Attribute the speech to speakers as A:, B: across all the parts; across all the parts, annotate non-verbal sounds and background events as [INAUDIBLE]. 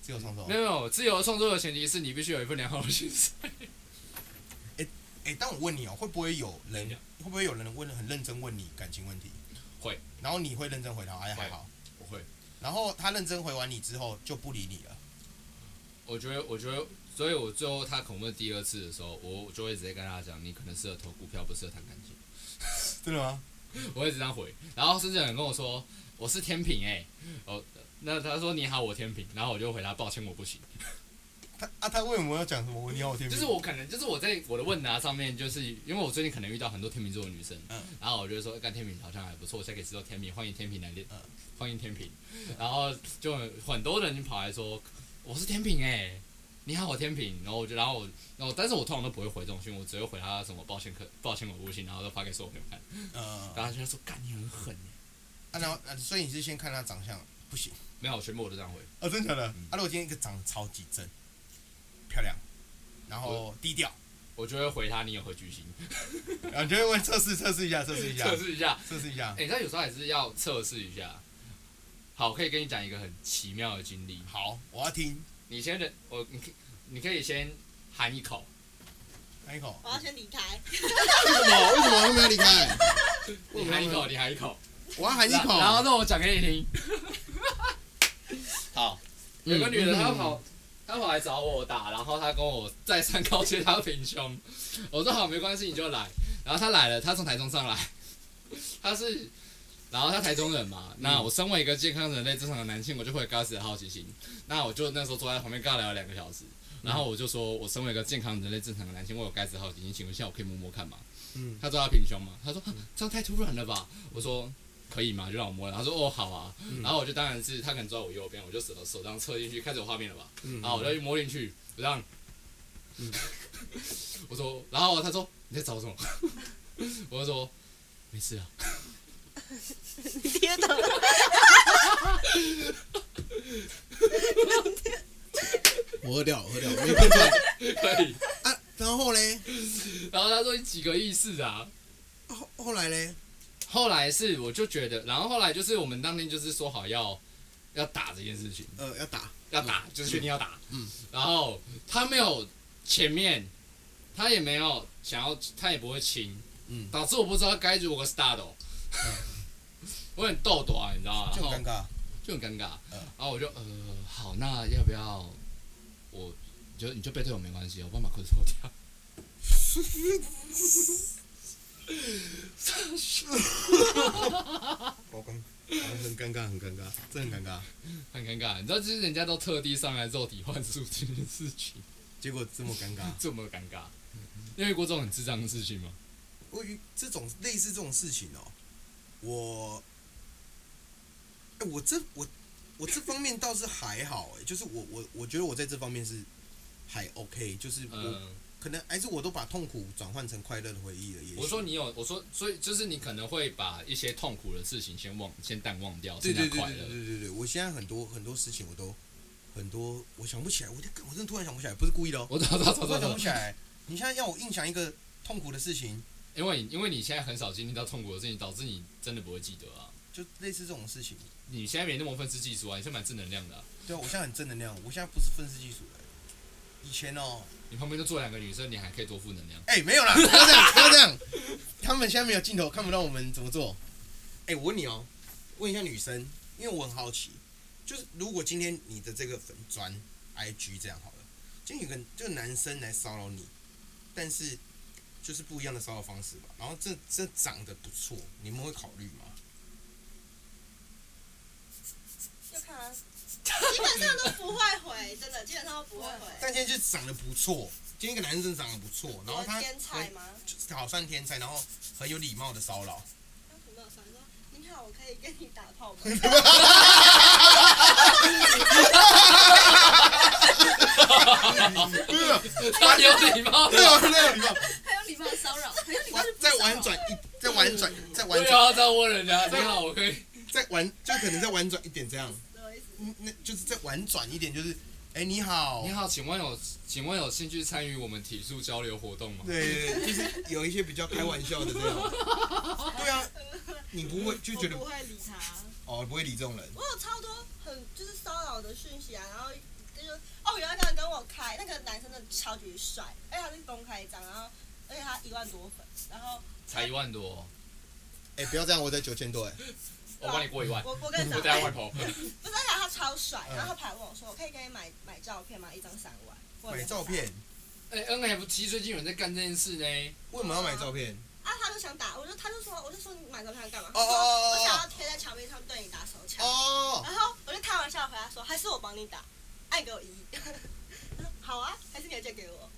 A: 自由创作
B: 没。有没有，自由创作的前提是你必须有一份良好的薪 [LAUGHS] 水。
A: 哎、但我问你哦、会不会有人
B: 怎样
A: 会不会有人问很认真问你感情问题？
B: 会。
A: 然后你会认真回答，哎，
B: 会
A: 还好。
B: 我会，
A: 然后他认真回完你之后就不理你了。
B: 我觉得，我觉得，所以我最后他恐问第二次的时候，我我就会直接跟他讲，你可能适合投股票，不适合谈感情。 [LAUGHS]
A: 真的吗？
B: 我会这样回，然后甚至有人跟我说我是天平哎、哦，那他说你好我天平，然后我就回答抱歉我不行，
A: 他啊，他为什么要讲什么？你要我 [LAUGHS] 听？
B: 就是我可能就是我在我的问答上面，就是因为我最近可能遇到很多天秤座的女生，
A: 嗯
B: 然后我就会说干天平好像还不错，我现在可以知道天平，欢迎天平来练
A: 嗯，
B: 欢迎天平， [LAUGHS] 然后就很多人就跑来说我是天平哎、你好，我天平，然后我就，然后我，然后但是我通常都不会回这种讯，我只会回他什么抱歉可抱歉我不行，然后都发给所有朋友看，
A: 呃，
B: 然后他就说干你很狠欸，
A: 啊，然后、啊、所以你是先看他长相不行
B: 没有，我全部我都这样回。
A: 啊？真的假的？
B: 嗯
A: 啊，如果今天一个长得超级正、漂亮，然后低调，
B: 我就会回他你有
A: [LAUGHS]
B: 何居心，
A: 啊，你就会问测试测试一下，测试一下，
B: 测试一下。
A: 测试一下
B: 哎、。但有时候还是要测试一下。好，我可以跟你讲一个很奇妙的经历。
A: 好，我要听，
B: 你先忍，我你可以你可以先含一口，
A: 来一口。
C: 我要先离开，
A: 为什么？为什么他们要离开？
B: 你含一口，你含一口，
A: 我要喊一
B: 然
A: 口。
B: 然后让我讲给你听。
A: 好，
B: 有个女的，她跑，她跑来找我打，然后她跟我再三告诫她平胸， [LAUGHS] 我说好没关系你就来，然后她来了，她从台中上来， [LAUGHS] 她是，然后她台中人嘛，那我身为一个健康人类正常的男性，我就会有开始好奇心，那我就那时候坐在旁边尬聊了两个小时。然后我就说，我身为一个健康人类正常的男性，我有该死好奇心，请问一下，我可以摸摸看吗？
A: 嗯，
B: 他说他平胸嘛，他说啊这样太突然了吧？我说可以吗？就让我摸了。他说哦好啊，
A: 嗯
B: 然后我就当然是他可能坐在我右边，我就手手这样侧进去，开始有画面了吧？
A: 嗯
B: 然后我就一摸进去，我这样，
A: 嗯
B: [LAUGHS] 我说，然后他说你在找什么？ [LAUGHS] 我就说没
A: [LAUGHS]
B: 事啊， [LAUGHS]
C: 跌倒了，
A: 我喝掉，我喝掉，没看出来
B: 可以。
A: 啊。然后嘞，
B: 然后他说你几个意思啊？
A: 后后来嘞，
B: 后来是我就觉得，然后后来就是我们当天就是说好要要打这件事情。
A: 呃，要打，
B: 要打，就是确定要打。
A: 嗯，
B: 然后他没有前面，他也没有想要，他也不会亲，
A: 嗯
B: 导致我不知道该如何 start 哦。 [LAUGHS] 我很逗短、你知道吗？
A: 就很
B: 然
A: 尴尬。
B: 后嗯就很尴尬。
A: 嗯
B: 然后我就呃，好，那要不要我你就你就背对我没关系，我帮马克脱掉。 [LAUGHS]
A: 我刚，很尴尬，很尴尬，真的很尴尬。
B: 很尴尬，你知道，就是人家都特地上来肉体换术这件事情，
A: 结果这么尴尬，
B: 这么尴尬。因为过这种很智障的事情吗？
A: 关于这种类似这种事情哦，我，哎、我这我我这方面倒是还好哎、就是我我我觉得我在这方面是还 OK，就是我、
B: 嗯。
A: 可能还是我都把痛苦转换成快乐的回忆了。也许
B: 我说你有，我说所以就是你可能会把一些痛苦的事情先忘，先淡忘掉，
A: 对
B: 剩
A: 对
B: 下
A: 对
B: 快
A: 对对
B: 乐。
A: 对对对，我现在很多很多事情我都很多我想不起来，我就我真的突然想不起来，不是故意的哦，
B: 我找 [LAUGHS] 找
A: 我
B: 找
A: 突
B: 找
A: 然想
B: 找
A: 不，起来。你现在要我硬想一个痛苦的事情，
B: 因为你因为你现在很少经历到痛苦的事情，导致你真的不会记得啊。
A: 就类似这种事情。
B: 你现在没那么愤世嫉俗啊，你是蛮正能量的啊、
A: 对啊，我现在很正能量，我现在不是愤世嫉俗了。以前哦， [LAUGHS]
B: 你旁边就坐两个女生，你还可以多负能量。
A: 哎、没有啦，不要这样，不要这样。他们现在没有镜头，看不到我们怎么做。哎、我问你哦，问一下女生，因为我很好奇，就是如果今天你的这个粉砖 IG 这样好了，今天有个就男生来骚扰你，但是就是不一样的骚扰方式吧。然后这这长得不错，你们会考虑吗？
C: 就看啊，基本上都不会回，真的，基本上都不会回。
A: 但今天就长得不错，今天一个男生长得不错，然后他哎
C: 我天才吗？
A: 就是好算天才，然后很有礼貌的骚
C: [LAUGHS]
A: 扰。
C: 他有没有说说你好，我可以跟你打炮吗？
A: [LAUGHS] 啊
B: 他 [LAUGHS] 有礼貌
A: 对
B: 的，
A: 啊，对啊，礼貌。
C: 很有礼貌的骚扰，很有礼貌
A: 完
C: 的
A: 再婉转一，再婉转，再婉
B: 我也
A: 转，
B: 要再问人家。 [LAUGHS] 你好，我可以。
A: 再婉，就可能再婉转一点这样，
C: 什么意思？
A: 嗯，那就是再婉转一点，就是，哎，你好
B: 你，好，请问有请问有兴趣参与我们体术交流活动吗？
A: 对对对，就是有一些比较开玩笑的这种，对啊，你不会就
C: 我
A: 觉得
C: 不会理他。
A: 哦，不会理这种人，
C: 我有超多很就是骚扰的讯息啊，然后就是那个男生真的超级帅，而且他是公开张，然后而且他一万多粉，然后
B: 才一万多，哦
A: 哎、不要这样，我才九千多哎、
B: 我帮你过一万，
C: 我我跟你
B: 我
C: 讲，
B: 带
C: 哎
B: 外
A: [LAUGHS]
B: 婆。
C: 不是，而且他超帅，
A: 嗯
C: 然后他跑来问我说，我可以跟你买买照片吗？一张三万，我也
A: 买
C: 没
A: 照片，
B: 哎，NFT 最近有人在干这件事呢，
A: 为什么要买照片？
C: 啊，他就想打，我就他就说，我就说你买照片干嘛？
A: 哦哦哦哦
C: 他说我想要贴在墙壁上对你打手枪。
A: 哦，
C: 然后我就开玩笑回答说，还是我帮你打，按给我一亿。他说好啊，还是你要借给我，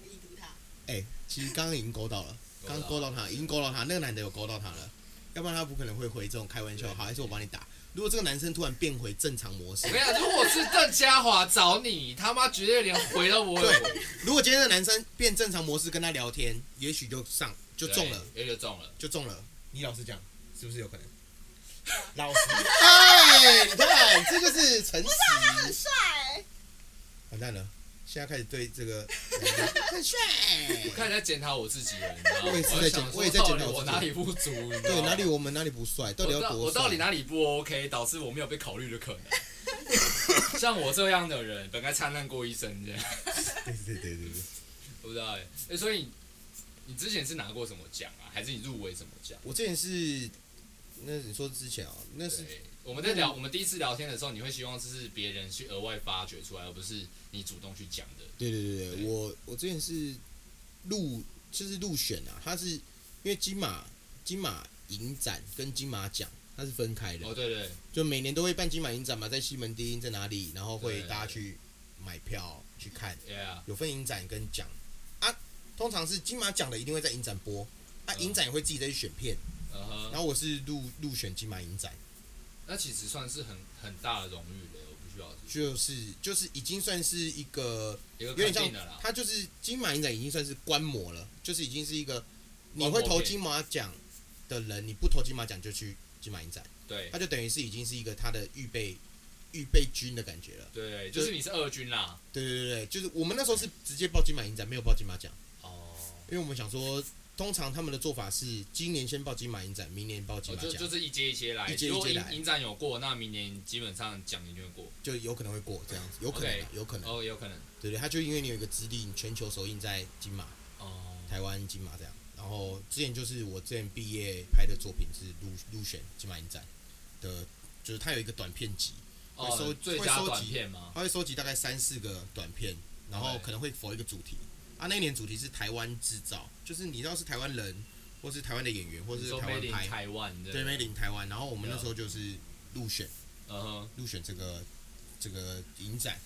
C: 我已读他。
A: 哎、其实刚刚已经勾到了，刚勾到他，已经勾到他，那个男的有勾到他了，要不然他不可能会回这种开玩笑，好，还是我帮你打。如果这个男生突然变回正常模式
B: [LAUGHS] 我，跟你讲，如果是邓家华找你，他妈绝对连回都不会回。
A: 对，如果今天的男生变正常模式跟他聊天，也许就上就中了，
B: 对，也就中了。
A: 就中了。你老实讲，是不是有 [LAUGHS] 可能？
D: 老师，
A: 哎，你看，这就是啊诚实。
C: 很帅、欸，
A: 完蛋了，现在开始对这个 [LAUGHS] 很帅。
B: 我开始在检讨我自己了，你知道吗？
A: 我也是在检
B: 想说
A: 我也在检讨
B: 到底我
A: 我自己
B: 哪里不足，你知道
A: 对，
B: 吗
A: 哪里我们哪里不帅，到底要
B: 我
A: 多
B: 到
A: 帅？
B: 我到底哪里不 OK，导致我没有被考虑的可能。 [LAUGHS] 像我这样的人，本该灿烂过一生，这样
A: 对？对对对对对，
B: 我不知道哎、欸所以你你之前是拿过什么奖啊？还是你入围什么奖？
A: 我之前是，那你说之前哦，那是
B: 对，我们在聊，我们第一次聊天的时候，你会希望这是别人去额外发掘出来，而不是你主动去讲的。
A: 对对对对，
B: 对
A: 我我之前是入就是入选啊，它是因为金马金马影展跟金马奖它是分开的，
B: 哦，对对，
A: 就每年都会办金马影展嘛，在西门町在哪里，然后会
B: 对
A: 大家去买票去看，
B: ，Yeah，
A: 有分影展跟奖啊，通常是金马奖的一定会在影展播，啊，
B: 嗯
A: 影展也会自己再去选片，
B: 嗯哼
A: 然，后我是入入选金马影展，
B: 那其实算是很很大的荣誉了，我不需要
A: 就是就是已经算是一个。
B: 一个
A: 有点
B: 肯
A: 像
B: 定的啦，
A: 它就是金马影展已经算是观摩了，就是已经是一个你
B: 观摩
A: 会投
B: 片
A: 金马奖的人，你不投金马奖就去金马影展，
B: 对
A: 它就等于是已经是一个它的预备预备军的感觉了。
B: 对，就是你是二军啦，
A: 对对对对，就是我们那时候是直接报金马影展，没有报金马奖，
B: 哦，
A: 因为我们想说，通常他们的做法是今年先报金马影展，明年报金
B: 哦
A: 马
B: 就
A: 奖，
B: 就是一阶一阶来，
A: 一阶一阶
B: 如果
A: 来
B: 营营战有过，那明年基本上奖金就会过，
A: 就有可能会过这样子，有可能啊
B: OK
A: 有可能，
B: 哦，有可能，
A: 对对，它就因为你有一个资历，你全球首映在金马，
B: 哦，
A: 台湾金马这样。然后之前就是我之前毕业拍的作品是入入选金马影展的，就是它有一个短片集，会收
B: 哦，最
A: 会
B: 佳
A: 收
B: 短
A: 集
B: 片吗？
A: 它会收集大概三四个短片，然后
B: 对
A: 可能会否一个主题。啊，那一年主题是台湾制造，就是你知道是台湾人，或是台湾的演员，或
B: 你
A: 是
B: 说
A: 台
B: Made
A: 湾
B: in
A: 拍，
B: 台湾的，
A: 对，梅领台湾。然后我们那时候就是入选
B: 嗯哼，
A: 入选这个这个影展，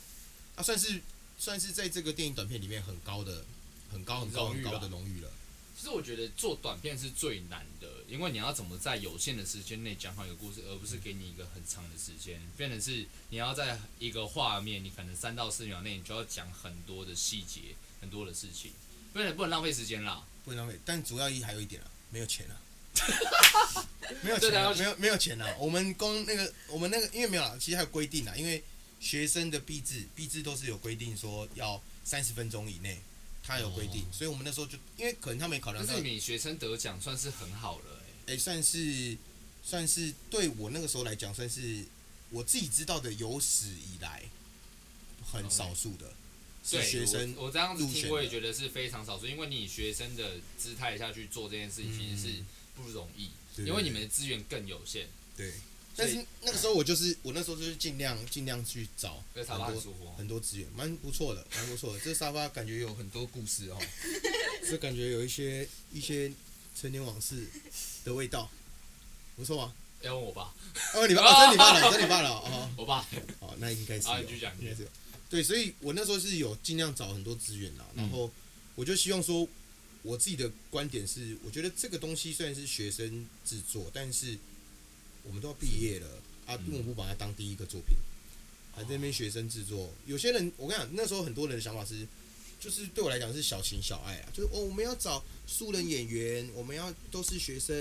A: 啊，算是算是在这个电影短片里面很高的很高很高
B: 荣
A: 很
B: 誉吧
A: 高的荣誉了。
B: 其实我觉得做短片是最难的，因为你要怎么在有限的时间内讲好一个故事，而不是给你一个很长的时间，变成是你要在一个画面，你可能三到四秒内，你就要讲很多的细节，很多的事情，啊不
A: 啊
B: 然不能浪费时间啦。
A: 不能浪费。但主要一还有一点啊，没有
B: [LAUGHS]
A: 钱啊，没有
B: 这
A: 钱、
B: 两
A: 啊，
B: 个
A: 没有没有钱啊。我们公那个我们那个因为没有啊，其实还有规定啊，因为学生的毕制毕制都是有规定说要三十分钟以内，他有规定，所以我们那时候就因为可能他们也考量
B: 但
A: 到
B: 哦是，你学生得奖算是很好了、欸，
A: 哎、算是算是对我那个时候来讲，算是我自己知道的有史以来很少数的。
B: 哦
A: 是
B: 对
A: 学生
B: 我我这样子
A: 入选
B: 听
A: 的
B: 我也觉得是非常少数，因为你以学生的姿态下去做这件事情，其实是
A: 嗯
B: 不容易，
A: 对
B: 因为你们的资源更有限。
A: 对，但是那个时候我就是我那时候就是尽量尽量去找
B: 这
A: 很
B: 沙发很
A: 多
B: 舒服哦
A: 很多资源，蛮不错的，蛮不错的。这沙发感觉有 [LAUGHS] 很多故
B: [LAUGHS]
A: 事哦，
B: 哎
A: 这感觉有一些一些陈年往事的味道，不错吗？
B: 要问我爸，
A: 哦，你爸，哦、这是你爸了，这是你爸了哦，
B: 我爸，
A: 哦，那应该是有
B: 啊你继续讲
A: 应该是有。对，所以我那时候是有尽量找很多资源啦，
B: 嗯
A: 然后我就希望说，我自己的观点是，我觉得这个东西虽然是学生制作，但是我们都要毕业了啊，
B: 嗯
A: 为什么不把它当第一个作品？还在那边学生制作，有些人我跟你讲，那时候很多人的想法是，就是对我来讲是小情小爱啊，就是哦，我们要找素人演员，我们要都是学生，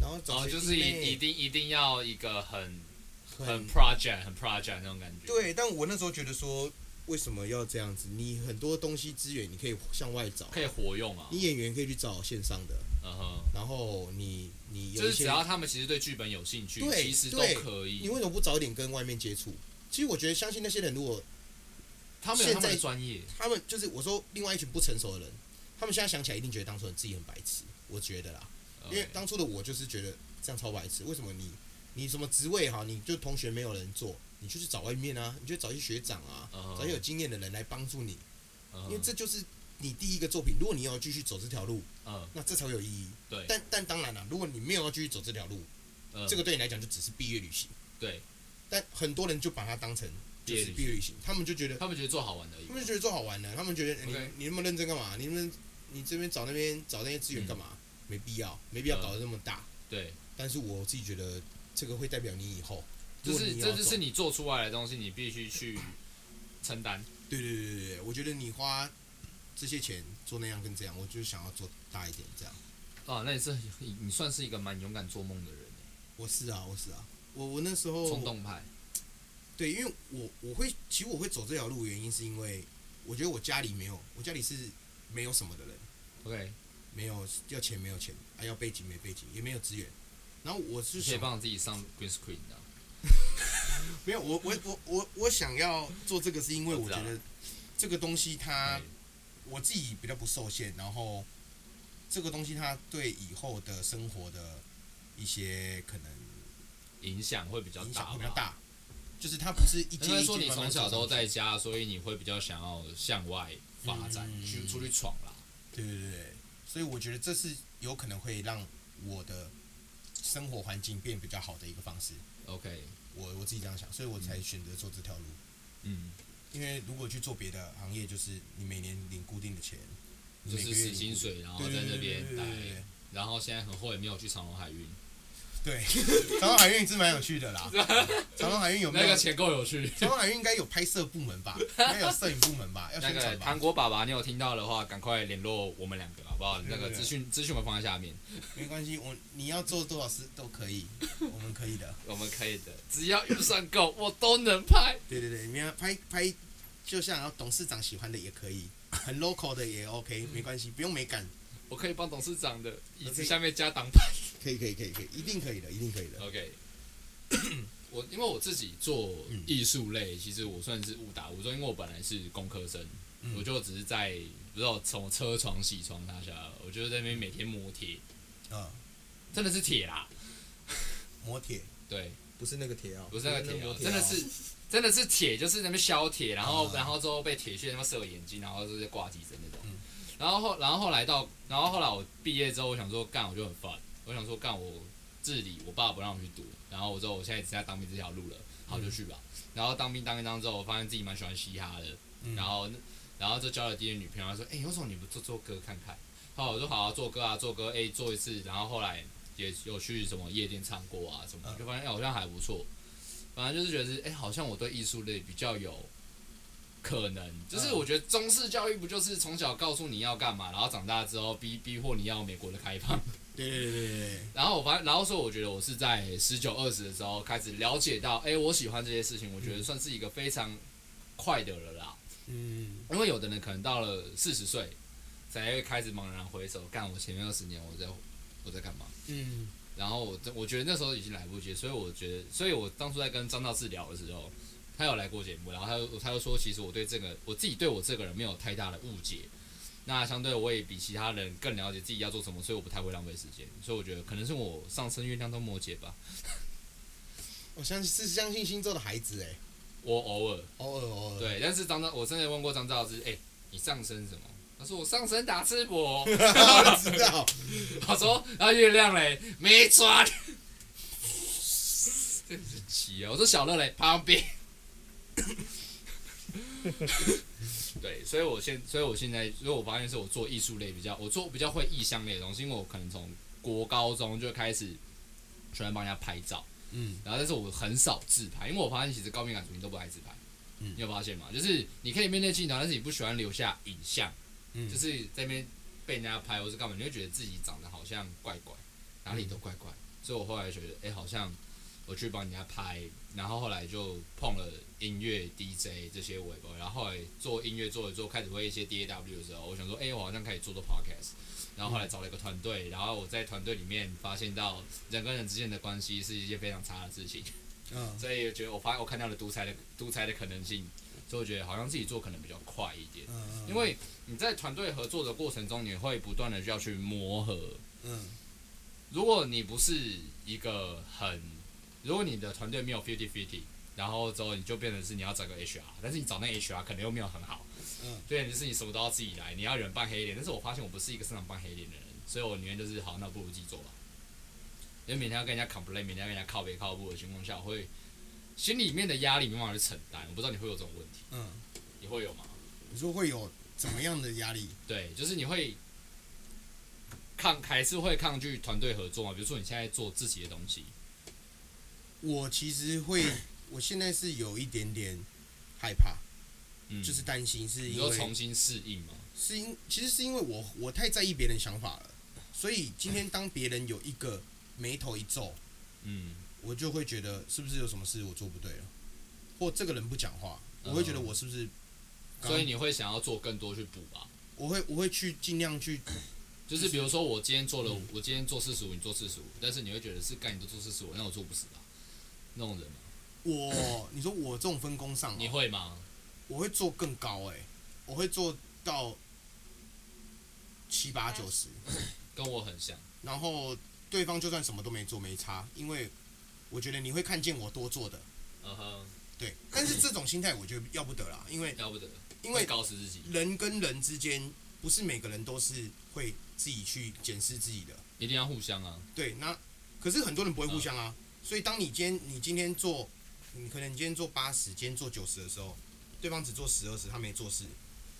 A: 然后
B: 然
A: 找
B: 后
A: 学弟
B: 哦就是
A: 妹
B: 一一定一定要一个很
A: 很
B: 很 project 很 project 那种感觉。，
A: 对，但我那时候觉得说，为什么要这样子？你很多东西资源你可以向外找，
B: 可以活用啊。
A: 你演员可以去找线上的，
B: 嗯哼，
A: 然后你你有
B: 就
A: 一
B: 是只
A: 些，
B: 要他们其实对剧本有兴趣，
A: 对
B: 其实都可
A: 你
B: 以。
A: 为什么不早点跟外面接触？其实我觉得，相信那些人如果
B: 他们有他
A: 现
B: 们的
A: 在
B: 专业，
A: 他们就是我说另外一群不成熟的人，他们现在想起来一定觉得当初自己很白痴，我觉得啦，因为
B: OK
A: 当初的我就是觉得这样超白痴，为什么你你什么职位哈，你就同学没有人做，你就去找外面啊，你就找一些学长啊，
B: 嗯
A: 找一些有经验的人来帮助你，
B: 嗯
A: 因为这就是你第一个作品，如果你要继续走这条路，
B: 嗯
A: 那这才会有意义。
B: 对
A: 但但当然啦、如果你没有要继续走这条路，
B: 嗯
A: 这个对你来讲就只是毕业旅行。
B: 对，
A: 但很多人就把它当成就是毕业旅行，他们就觉得，
B: 他们觉得做好玩而已
A: 他。们就觉得做好玩了，他们觉得
B: OK
A: 你你那么认真干嘛？你们你这边找那边找那些资源干嘛？没必要，没必要
B: 嗯
A: 搞得那么大。
B: 对，
A: 但是我自己觉得这个会代表你以后，
B: 就
A: 如果
B: 是
A: 你要
B: 这就是
A: 走
B: 你做出来的东西，你必须去承担。
A: 对对对对对，我觉得你花这些钱做那样跟这样，我就想要做大一点这样。
B: 啊，那也是你算是一个蛮勇敢做梦的人，欸
A: 我是啊，我是啊，我我那时候
B: 冲动派。
A: 对，因为我我会，其实我会走这条路，原因是因为我觉得我家里没有，我家里是没有什么的人，
B: OK，
A: 没有要钱没有钱，啊要背景没背景，也没有资源。然后我是
B: 你可以
A: 想，
B: 帮自己上 green screen 的。
A: 没有我我我我我想要做这个，是因为我
B: 我知道
A: 觉得这个东西它
B: 哎
A: 我自己比较不受限，然后这个东西它对以后的生活的一些可能
B: 影响会比较
A: 影
B: 大
A: 响
B: 吧，
A: 会比较大，就是它不是一
B: 应
A: 阶
B: 该
A: 一
B: 说
A: 阶
B: 你
A: 慢慢
B: 从小
A: 做
B: 都
A: 上去
B: 在家，所以你会比较想要向外发展，
A: 嗯
B: 去出去闯啦。
A: 对对对对，所以我觉得这是有可能会让我的生活环境变比较好的一个方式。
B: OK，
A: 我我自己这样想，所以我才选择做这条路。
B: 嗯，
A: 因为如果去做别的行业，就是你每年领固定的钱，你
B: 就
A: 每
B: 是
A: 个月
B: 死
A: 领
B: 薪
A: 固
B: 水，然后
A: 对
B: 在
A: 对
B: 那
A: 对
B: 边
A: 对
B: 待
A: 对，对
B: 然后现在很后悔没有去长隆海运，
A: 对对 [LAUGHS] 对。长隆海运是蛮有趣的
B: [LAUGHS]
A: 啦。长隆海运有呃没
B: 那
A: 有
B: 个？钱够有趣。
A: 长隆海运应该有拍摄部门
B: [LAUGHS]
A: 吧？应该有摄影部门吧？要
B: 那
A: 宣
B: 个
A: 传吧
B: 韩？国爸爸，你有听到的话，赶快联络我们两个好不好？那
A: 对
B: 个
A: 对
B: 资讯资讯我放在下面，
A: 没关系，我你要做多少事都可以，我们可以的。
B: 我们可以的，只要预算够，我都能拍。
A: 对对对，你要拍拍，就像董事长喜欢的也可以，很 local 的也 OK，没关系，不用美感。
B: 我可以帮董事长的椅
A: 可
B: 子
A: 以
B: 下面加挡板。
A: 可以可以可以可以，一定可以的，一定可以的。
B: OK，我因为我自己做艺术类，其实我算是误打误撞，因为我本来是工科生，
A: 嗯
B: 我就只是在不知道从车床、铣床那下，我就在那边每天磨铁，
A: 嗯，
B: 真的是铁啦，
A: 磨铁
B: 对，
A: 不是那个铁啊，
B: 不是那个铁、
A: 磨
B: 啊，真嗯的是真的是铁，就是那边削铁，然后、
A: 啊
B: 然后之后被铁屑他妈射眼睛，然后就是挂急诊那种。
A: 嗯
B: 然后后然后后来到然后后来我毕业之后，我想说干我就很烦，我想说干我自理，我爸不让我去读，然后我说我现在只在当兵这条路了，好就去吧。然后当兵当一当之后，我发现自己蛮喜欢嘻哈的，
A: 嗯
B: 然后然后就交了第一个女朋友，她说：“哎、为什么你不做做歌看看？”后来我说：“好、啊，做歌啊，做歌，哎、做一次。”然后后来也有去什么夜店唱过啊，什么，
A: 嗯
B: 就发现、哎好像还不错。反正就是觉得是，哎、好像我对艺术类比较有可能。就是
A: 嗯
B: 我觉得中式教育不就是从小告诉你要干嘛，然后长大之后逼逼迫你要美国的开放。 [LAUGHS]
A: 对对对对对，
B: 然后我发，然后说我觉得我是在十九二十的时候开始了解到，哎、我喜欢这些事情，我觉得算是一个非常快的了啦。
A: 嗯，
B: 因为有的人可能到了四十岁才会开始茫然回首，干我前面二十年我在我在干嘛？
A: 嗯
B: 然后我我觉得那时候已经来不及，所以我觉得，所以我当初在跟张道士聊的时候，他有来过节目，然后他就他就说，其实我对这个我自己对我这个人没有太大的误解，那相对我也比其他人更了解自己要做什么，所以我不太会浪费时间，所以我觉得可能是我上升月亮都摩羯吧，
A: 我相信是相信星座的孩子哎，
B: 我偶尔
A: 偶尔偶尔， [LAUGHS]
B: 对，但是张道我真的问过张道士，哎、你上升什么？他说我上升打赤膊。 [LAUGHS]
A: 我知道，
B: 他说，然后月亮嘞没抓， [LAUGHS] 真是奇啊！我说小乐嘞旁边， [LAUGHS] 对，所以我现，所以我现在，所以我发现是我做艺术类比较，我做比较会意象类的东西，因为我可能从国高中就开始喜欢帮人家拍照，
A: 嗯
B: 然后但是我很少自拍，因为我发现其实高敏感族群都不爱自拍，
A: 嗯
B: 你有发现吗？就是你可以面对镜头，但是你不喜欢留下影像。
A: 嗯，
B: 就是在那边被人家拍或是干嘛，你会觉得自己长得好像怪怪，哪里都怪怪。
A: 嗯
B: 所以我后来觉得，哎、好像我去帮人家拍，然后后来就碰了音乐 DJ 这些微博，然后后来做音乐做一做，开始会一些 DAW 的时候，我想说，哎、我好像可以做做 podcast。然
A: 嗯
B: 后后来找了一个团队，然后我在团队里面发现到人跟人之间的关系是一件非常差的事情，
A: 嗯
B: 所以我觉得我发我看到了独裁的独裁的可能性，所以我觉得好像自己做可能比较快一点，
A: 嗯，
B: 因为你在团队合作的过程中，你会不断的需要去磨合。
A: 嗯
B: 如果你不是一个很，如果你的团队没有 fifty fifty，然后之后你就变成是你要找个 HR，但是你找那 HR 可能又没有很好，
A: 嗯，
B: 对，就是你什么都要自己来，你要有人扮黑脸，但是我发现我不是一个擅长扮黑脸的人，所以我宁愿就是好，那不如自己做吧，因为每天要跟人家 complain，每天要跟人家靠背靠步的情况下，我会心里面的压力没办法去承担，我不知道你会有这种问题，
A: 嗯，
B: 你会有吗？
A: 你说会有怎么样的压力？
B: 对，就是你会抗，还是会抗拒团队合作嘛？比如说你现在做自己的东西，
A: 我其实会，我现在是有一点点害怕，
B: 嗯，
A: 就是担心，是
B: 你
A: 因
B: 说
A: 为
B: 重新适应嘛？
A: 是因其实是因为我我太在意别人想法了，所以今天当别人有一个眉头一皱，
B: 嗯，
A: 我就会觉得是不是有什么事我做不对了，或这个人不讲话，
B: 嗯
A: 我会觉得我是不是刚，
B: 所以你会想要做更多去补吧？
A: 我会我会去尽量去
B: 就是比如说我今天做了，
A: 嗯
B: 我今天做四十五，你做四十五，但是你会觉得是干你都做四十五，那我做不死吧？那种人嘛，
A: 我你说我这种分工上、
B: 你
A: 哦，
B: 会吗？
A: 我会做更高哎、我会做到七八九十，
B: 跟我很像，
A: 然后对方就算什么都没做没差，因为我觉得你会看见我多做的，
B: 嗯哼，
A: 对，但是这种心态我觉得要不得啦，因为
B: 要不得，
A: 因为
B: 会搞死自己，
A: 人跟人之间，不是每个人都是会自己去检视自己的。
B: 一定要互相啊，
A: 对，那可是很多人不会互相
B: 嗯
A: 啊，所以当你今天你今天做，你可能你今天做八十，今天做九十的时候，对方只做十二十，他没做事，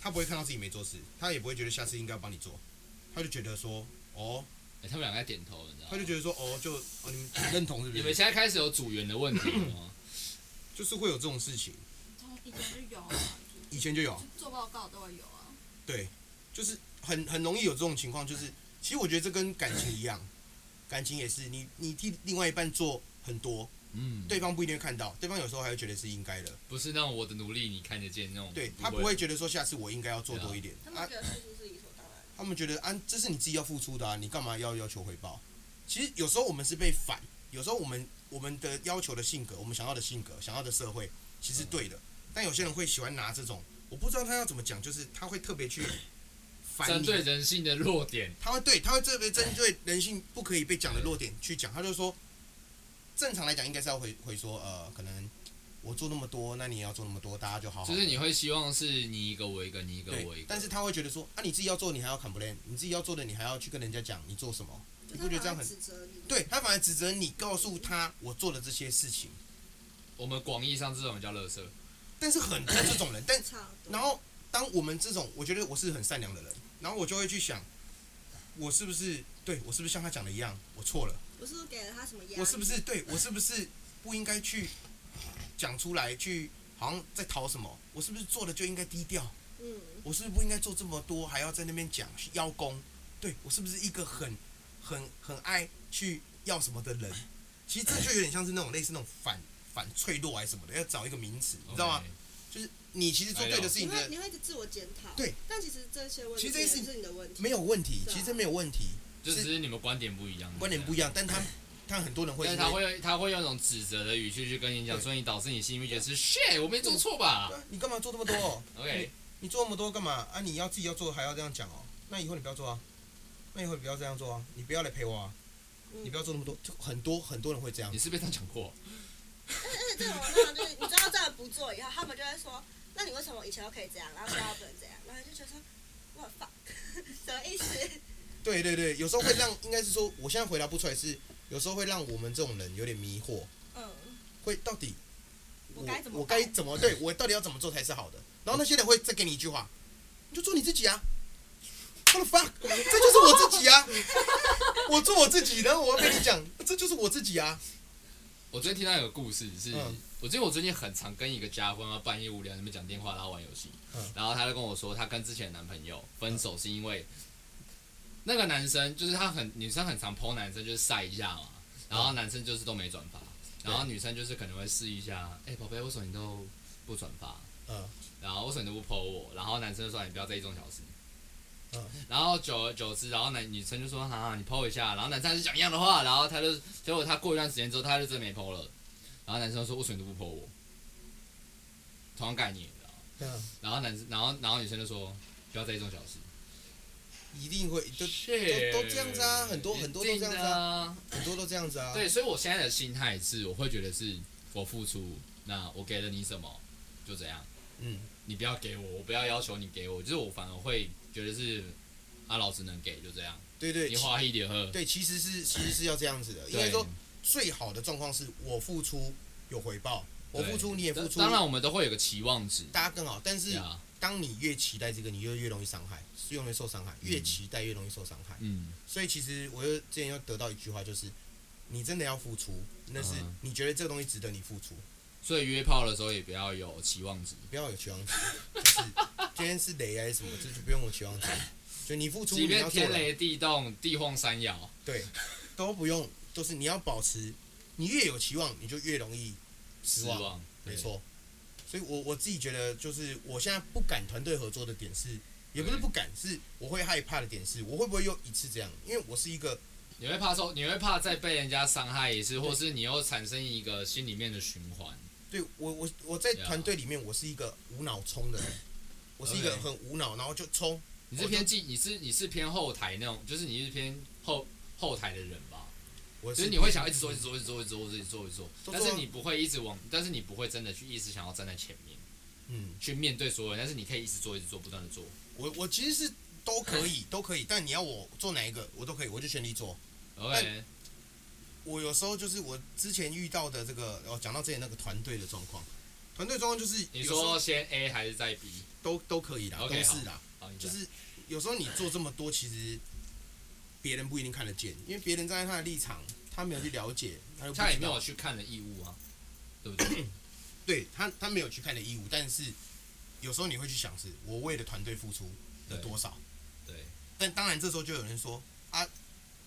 A: 他不会看到自己没做事，他也不会觉得下次应该帮你做，他就觉得说，哦，
B: 诶哎他们两个在点头，你知道吗？
A: 他就觉得说，哦，就哦你们认同是不
B: 你们
A: 是？
B: 现在开始有组员的问题了吗？
A: 就是会有这种事情，
E: 以前就有啊，
A: 以前就有，
E: 就做报告都会有啊。
A: 就是很很容易有这种情况，就是其实我觉得这跟感情一样，感情也是，你你替另外一半做很多，
B: 嗯，
A: 对方不一定会看到，对方有时候还会觉得是应该的，
B: 不是那种我的努力你看得见那种，
A: 对嗯他不会觉得说下次我应该要做多一点
C: 他
A: 啊
C: 们，觉得付出是理所当然的。
A: 他们觉得啊这是你自己要付出的啊，你干嘛要要求回报？其实有时候我们是被反，有时候我们我们的要求的性格，我们想要的性格，想要的社会，其实对的，但有些人会喜欢拿这种，我不知道他要怎么讲，就是他会特别去反
B: 针
A: 你
B: 对人性的弱点，
A: 他会对，他会特别针对人性不可以被讲的弱点去
B: 哎
A: 讲，他就说，正常来讲应该是要回回说，呃，可能我做那么多，那你也要做那么多，大家就好好。
B: 就是你会希望是你一个我一个，你一个我一
A: 哦对
B: 个，，
A: 但是他会觉得说，啊，你自己要做，你还要 complain，你自己要做的，你还要去跟人家讲你做什么，你不觉得这样很
E: 就他反而指责你？
A: 对他反而指责你，告诉他我做了这些事情，
B: 我们广义上这种叫乐色，
A: 但是很多这种人，但
E: 差不多。
A: 然后当我们这种，我觉得我是很善良的人，然后我就会去想，我是不是对我是不是像他讲的一样，我错了。
C: 我是不是给了他什么压力？
A: 我是不是对我是不是不应该去讲出来，去好像在逃什么？我是不是做的就应该低调？
C: 嗯，
A: 我是不是不应该做这么多，还要在那边讲邀功？对我是不是一个很很很爱去要什么的人？其实这就有点像是那种类似那种反反脆弱还是什么的，要找一个名词，你知道吗？就是你其实做对的事
C: 你
A: 情，
C: 会
A: 真的
C: 你会一直自我检讨。
A: 对，
C: 但其实这些问题
A: 其实这些事
C: 也是你的问题。
A: 没有问题，
C: 对啊
A: 其实没有问题，
B: 就只是你们观点不一样，
A: 观点不一样，但
C: 啊
A: 他但很多人会
B: 但
A: 因
B: 是
A: 为
B: 他会他会用一种指责的语气去跟你讲，
A: 对
B: 所以导致你心里面觉得是 shit，我没做错吧
A: 对啊你干嘛做这么多？
B: ？OK，
A: 你做那么多干嘛啊？你要自己要做还要这样讲哦？那以后你不要做啊，那以后你不要这样做啊，你不要来陪我啊，
C: 嗯
A: 你不要做那么多，就很多很多人会这样
B: 你。是被他讲过，
C: 但是这种通常就是你知道这样不做以后，他们就会说，那你为什么以前都可以这样，然后现在不能这样？然后你就觉得说，我 fuck，什么意思？
A: 对对对，有时候会让， [COUGHS] 应该是说，我现在回答不出来是，有时候会让我们这种人有点迷惑，
C: 嗯，
A: 会到底
C: 我该怎么
A: 我该怎么对我到底要怎么做才是好的？然后那些人会再给你一句话，你就做你自己啊。What the fuck？这就是我自己啊！我做我自己，然后我要跟你讲，这就是我自己啊。
B: 我最近听到有个故事是，
A: 嗯
B: 我记得我最近很常跟一个家婚啊，半夜无聊在那边讲电话，然后玩游戏，
A: 嗯
B: 然后她就跟我说，她跟之前的男朋友分手是因为那个男生就是她很女生很常剖男生就是晒一下嘛，然
A: 嗯
B: 后男生就是都没转发，然后女生就是可能会试一下，哎、宝贝，为什么你都不转发？
A: 嗯
B: 然后为什么你都不 po 我？然后男生就说你不要在意这种小事。
A: 嗯
B: 然后久而久之，然后男女生就说啊，你 po 一下，然后男生还是讲一样的话，然后他就结果他过一段时间之后，他就真没 po 了，然后男生就说为什么你都不 po 我？同样概念，你知道吗？
A: 嗯，
B: 然后男生，然后然后女生就说不要在意这种小事，
A: 一定会都
B: Shit
A: 都这样子啊很多很多都这样子啊
B: 一定的啊。
A: 很多都这样子啊。
B: 对，所以我现在的心态是，我会觉得是我付出，那我给了你什么就怎样，
A: 嗯，
B: 你不要给我，我不要要求你给我，就是我反而会觉得是啊，老子能给就这样，
A: 对对
B: 你花一点喝，
A: 对，其实是其实是要这样子的。应该
B: 对。
A: 说最好的状况是我付出有回报，我
B: 对
A: 付出你也付出，
B: 当然，我们都会有个期望值，
A: 大家更好。但
B: 对
A: 是
B: 啊，
A: 当你越期待这个，你就越容易伤害，越容易受伤害，
B: 嗯
A: 越期待越容易受伤害。
B: 嗯，
A: 所以其实我又之前又得到一句话，就是你真的要付出，那是
B: 嗯
A: 你觉得这个东西值得你付出，
B: 所以约炮的时候也不要有期望值，
A: 不要有期望值。 [LAUGHS] 就是今天是雷还是什么，这就不用有期望值。就你付出，
B: 即
A: 你
B: 便
A: 要做
B: 天
A: 了，
B: 雷地动、地晃山摇，
A: 对，都不用，都是你要保持，你越有期望，你就越容易
B: 失
A: 失望。
B: 望，
A: 没错。所以我我自己觉得，就是我现在不敢团队合作的点是，也不是不敢，是我会害怕的点是，我会不会又一次这样？因为我是一个
B: 你会怕受，你会怕再被人家伤害一次，或是你又产生一个心里面的循环。
A: 对我我我在
B: Yeah
A: 团队里面，我是一个无脑冲的人，我是一个
B: OK
A: 很无脑，然后就冲。
B: 你是偏记，你是你是偏后台那种，就是你是偏后后台的人吧？
A: 我
B: 就是是你会想一直做，一直做，一直做，一直做，一直做，一直做，
A: 都做啊
B: 但是你不会一直往，但是你不会真的去一直想要站在前面
A: 嗯，
B: 去面对所有人，但是你可以一直做，一直做，不断的做。
A: 我我其实是都可
B: [LAUGHS]
A: 以都可以，但你要我做哪一个，我都可以，我就全力做。
B: OK，
A: 我有时候就是我之前遇到的这个，哦，讲到之前那个团队的状况，团队状况就是
B: 你
A: 有时候
B: 说先 A 还是再 B？
A: 都都可以啦
B: OK，
A: 都
B: 好
A: 是啦。
B: 好，你
A: 就
B: 讲
A: 是有时候你做这么多，其实别人不一定看得见，因为别人站在他的立场，他没有去了解，他就不知道
B: 嗯他也没有去看的义务啊，对不
A: [COUGHS]
B: 对？
A: 对他他没有去看的义务，但是有时候你会去想是，我为了团队付出了
B: 对
A: 多少？
B: 对，
A: 但当然这时候就有人说啊，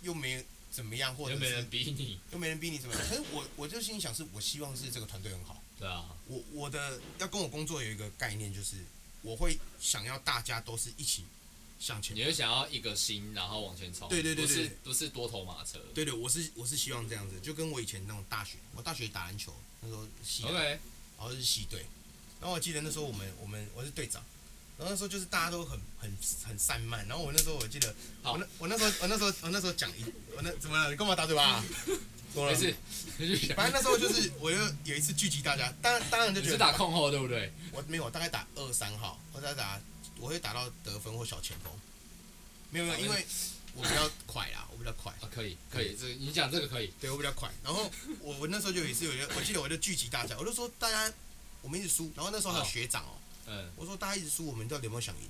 A: 又没怎么样，或者
B: 又没
A: 是
B: 人逼你，
A: 又没人逼你怎么样？可是我我就心里想是，我希望是这个团队很好。
B: 对啊，
A: 我我的要跟我工作有一个概念就是，我会想要大家都是一起向前
B: 你会想要一个心，然后往前冲，
A: 对对对
B: 不是
A: 对
B: 不是多头马车。
A: 对对，我是我是希望这样子，就跟我以前那种大学，我大学打篮球那时候系篮，
B: OK，
A: 然后是系队，然后我记得那时候我们我们我是队长，然后那时候就是大家都很很很散漫，然后我那时候我记得，
B: 好
A: 我那我那时候我那时候我那时候讲一，我那怎么了？你干嘛打嘴巴、
B: [LAUGHS]
A: 啊？怎么
B: 没
A: 了？
B: 事，你去想
A: 反正那时候就是我又有一次聚集大家，当当然就
B: [LAUGHS] 你
A: 觉
B: 是
A: 得
B: 打控后对不对？
A: 我没有，我大概打二三号，我大概打，我会打到得分或小前锋，没有没有，因为我比较快啦，我比较快。
B: 啊，可以可以，这个你讲这个可以，
A: 对我比较快。然后我我那时候就有一次，我就我记得我就聚集大家，我就说大家我们一直输，然后那时候还有
B: 哦
A: 学长哦，
B: 嗯
A: 我说大家一直输，我们到底有没有想赢？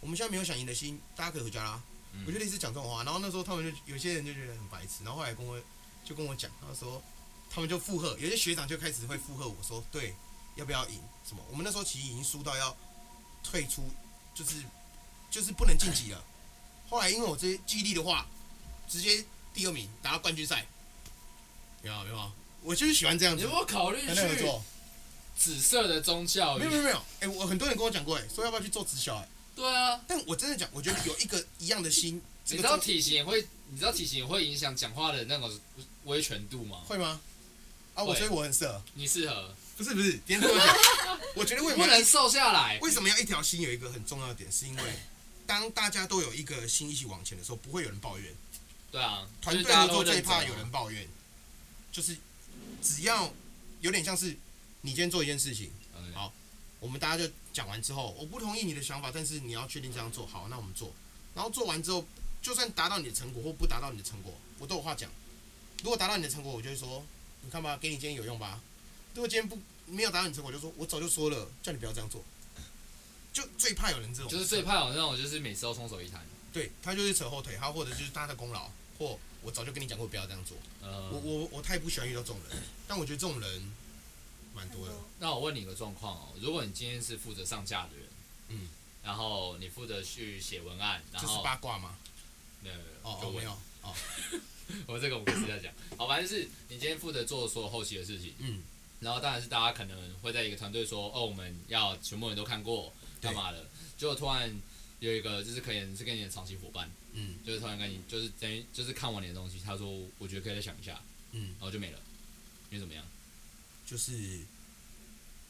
A: 我们现在没有想赢的心，大家可以回家啦。
B: 嗯
A: 我就类似讲这种话，然后那时候他们就有些人就觉得很白痴，然后后来跟我就跟我讲，他说他们就附和，有些学长就开始会附和我说，对，要不要赢？什么？我们那时候其实已经输到要退出，就是就是不能晋级了。后来因为我这些激励的话，直接第二名打到冠军赛，有没有没有？我就是喜欢这样
B: 你
A: 子哎
B: 有没，有考虑
A: 团队合
B: 去
A: 作。
B: 紫色的宗教
A: 没有没
B: 与？
A: 有没有，哎、我很多人跟我讲过、哎，说要不要去做直销、哎。
B: 对啊，
A: 但我真的讲，我觉得有一个一样的心，这
B: 你
A: 个
B: 知道
A: 中
B: 体型也会，你知道体型也会影响讲话的那种威权度吗？
A: 会吗？啊，我
B: 会
A: 所以我很适合，
B: 你适合，
A: 不是不是，
B: [LAUGHS]
A: 别人跟我讲，我觉得为什
B: 不
A: 么
B: 能
A: 要
B: 瘦下来。
A: 为什么要一条心有一个很重要的点，是因为当大家都有一个心一起往前的时候，不会有人抱怨。
B: 对啊，就
A: 团
B: 是
A: 队
B: 大
A: 合
B: 家都
A: 作最
B: 认
A: 怕
B: 真
A: 有
B: 啊
A: 人抱怨，就是只要有点像是你今天做一件事情，
B: OK，
A: 好我们大家就讲完之后，我不同意你的想法，但是你要确定这样做好，那我们做。然后做完之后，就算达到你的成果或不达到你的成果，我都有话讲。如果达到你的成果，我就会说，你看吧，给你今天有用吧。如果今天不没有达到你的成果，我就说我早就说了，叫你不要这样做。就最怕有人这种，
B: 就是最怕有那种就是每次都空手一摊。
A: 对他就是扯后腿，他或者就是他的功劳，或我早就跟你讲过不要这样做。
B: 呃
A: 我，我我太不喜欢遇到这种人，但我觉得这种人蛮多的。
B: 那我问你一个状况哦，如果你今天是负责上架的人，
A: 嗯，
B: 然后你负责去写文案，然
A: 这是
B: 后
A: 八卦吗？
B: 没有没
A: 哦
B: 有，
A: 哦
B: 就
A: 没
B: 问
A: 有，哦
B: 我这个我们可以私下讲。好，反正就是你今天负责做所有后期的事情，
A: 嗯，
B: 然后当然是大家可能会在一个团队说，哦，我们要全部人都看过，
A: 对
B: 干嘛的？结果突然有一个就是可能是跟你的长期伙伴，
A: 嗯
B: 就是突然跟你就是等于就是看完你的东西，他说我觉得可以再想一下，
A: 嗯。
B: 然后就没了，你怎么样？
A: 就是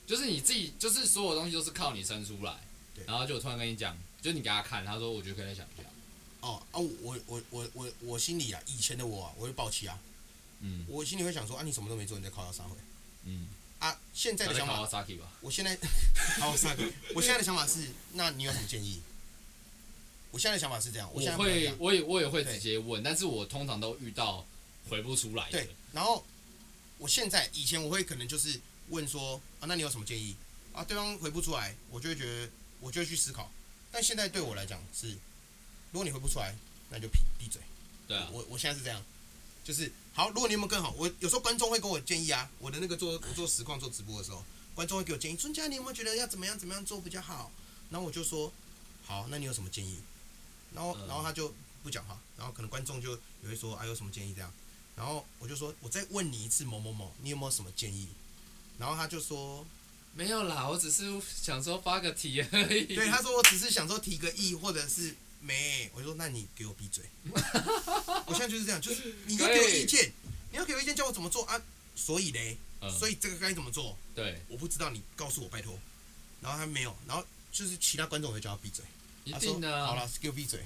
B: 就是你自己，就是所有东西都是靠你生出来
A: 对。
B: 然后就我突然跟你讲，就你给他看，他说我觉得可以再想一下。
A: 哦啊，我我我我我心里啊，以前的我啊，我会抱气啊，
B: 嗯
A: 我心里会想说啊，你什么都没做，你在靠他撒回
B: 嗯，
A: 啊。现在
B: 他
A: 的
B: 在
A: 想
B: 考
A: 法，
B: Saki 吧？
A: 我
B: [LAUGHS]
A: 现在好撒回，我现在的想法是，那你有什么建议？我现在的想法是这样，
B: 我
A: 现在不这
B: 会
A: 样，
B: 我也我也会
A: 对
B: 直接问，但是我通常都遇到回不出来的
A: 对。，然后我现在以前我会可能就是问说啊，那你有什么建议啊？对方回不出来，我就会觉得我就会去思考。但现在对我来讲是，如果你回不出来，那就闭闭嘴。
B: 对啊，
A: 我我现在是这样，就是好。如果你有没有更好，我有时候观众会跟我建议啊。我的那个做我做实况做直播的时候，观众会给我建议，孙佳，你有没有觉得要怎么样怎么样做比较好？然后我就说，好，那你有什么建议？然后
B: 嗯
A: 然后他就不讲话，然后可能观众就也会说，啊，有什么建议这样？然后我就说，我再问你一次某某某，你有没有什么建议？然后他就说，
B: 没有啦，我只是想说发个题而已。
A: 对，他说我只是想说提个意，或者是没，我就说那你给我闭
B: [LAUGHS]
A: 嘴。我现在就是这样，就是你要给我意见，你要给我意见，叫我怎么做啊？所以嘞，
B: 嗯，
A: 所以这个该怎么做？
B: 对，
A: 我不知道，你告诉我拜托。然后他没有，然后就是其他观众我就叫他闭嘴，
B: 一
A: 他说
B: 定的啊。
A: 好了，给我闭嘴。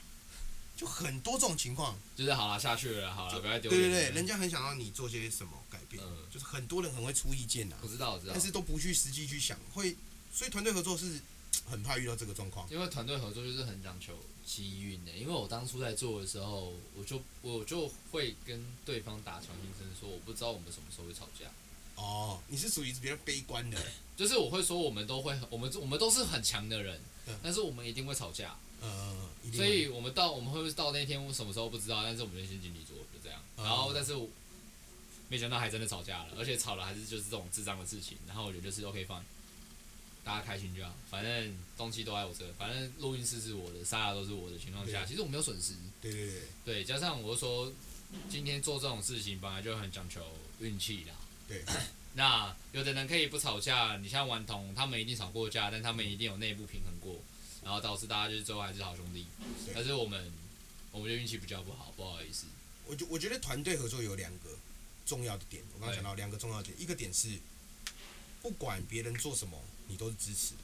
A: 就很多这种情况，
B: 就是好了，下去了，好了，
A: 就
B: 不要再
A: 对
B: 丢脸
A: 对
B: 了。
A: 对，人家很想让你做些什么改变，
B: 嗯
A: 就是很多人很会出意见呐、
B: 我知道，我知道
A: 但，是都不去实际去想，会，所以团队合作是很怕遇到这个状况。
B: 因为团队合作就是很讲求机运的。因为我当初在做的时候，我就我就会跟对方打强心针，说我不知道我们什么时候会吵架。
A: 哦，你是属于比较悲观的，
B: 就是我会说我们都会，我们我们都是很强的人
A: 嗯，
B: 但是我们一定会吵架。
A: 呃，一定
B: 所
A: 会
B: 以我们到我们会不会到那天，我什么时候不知道，但是我们就先尽力做，就这样。
A: 嗯
B: 然后，但是我没想到还真的吵架了，而且吵了还是就是这种智障的事情。然后我觉得就是 OK fine，大家开心就好，反正东西都在我这，反正录音室是我的，沙拉都是我的情况下，
A: 对
B: 其实我没有损失。
A: 对对对
B: 对，加上我说今天做这种事情本来就很讲求运气啦。
A: 对 [COUGHS]
B: 那有的人可以不吵架，你像顽童，他们一定吵过架，但他们一定有内部平衡过，然后导致大家就是最后还是好兄弟
A: 对。
B: 但是我们，我们就运气比较不好，不好意思。
A: 我觉我觉得团队合作有两个重要的点，我刚刚
B: 对
A: 讲到两个重要的点，一个点是不管别人做什么，你都是支持的，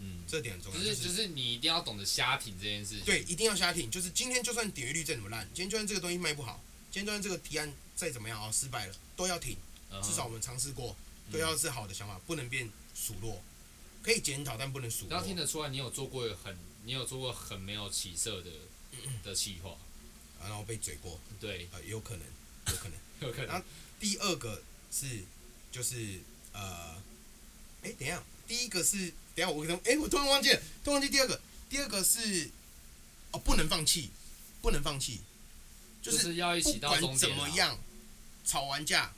B: 嗯，
A: 这点很重要。
B: 只是
A: 就
B: 只是你一定要懂得瞎挺这件事情。
A: 对，一定要瞎听，就是今天就算点阅率再怎么烂，今天就算这个东西卖不好，今天就算这个提案再怎么样啊、失败了，都要挺，
B: 嗯，
A: 至少我们尝试过，
B: 嗯
A: 都要是好的想法，不能变数落，可以检讨但不能数
B: 你要听
A: 落。
B: 得出来，你有做过很，你有做过很没有起色的
A: 嗯
B: 的企划，
A: 啊然后被嘴过，
B: 对，
A: 呃，有可能，有可能。
B: 有可
A: 然
B: 能
A: 后。第二个是就是呃，哎、等一下，第一个是等一下我可能哎、诶我突然忘记了，突然忘记第二个，第二个是哦，不能放弃，不能放弃，就
B: 就是是要一
A: 不
B: 起到
A: 管
B: 终
A: 怎
B: 点啊。
A: 么样，吵完架，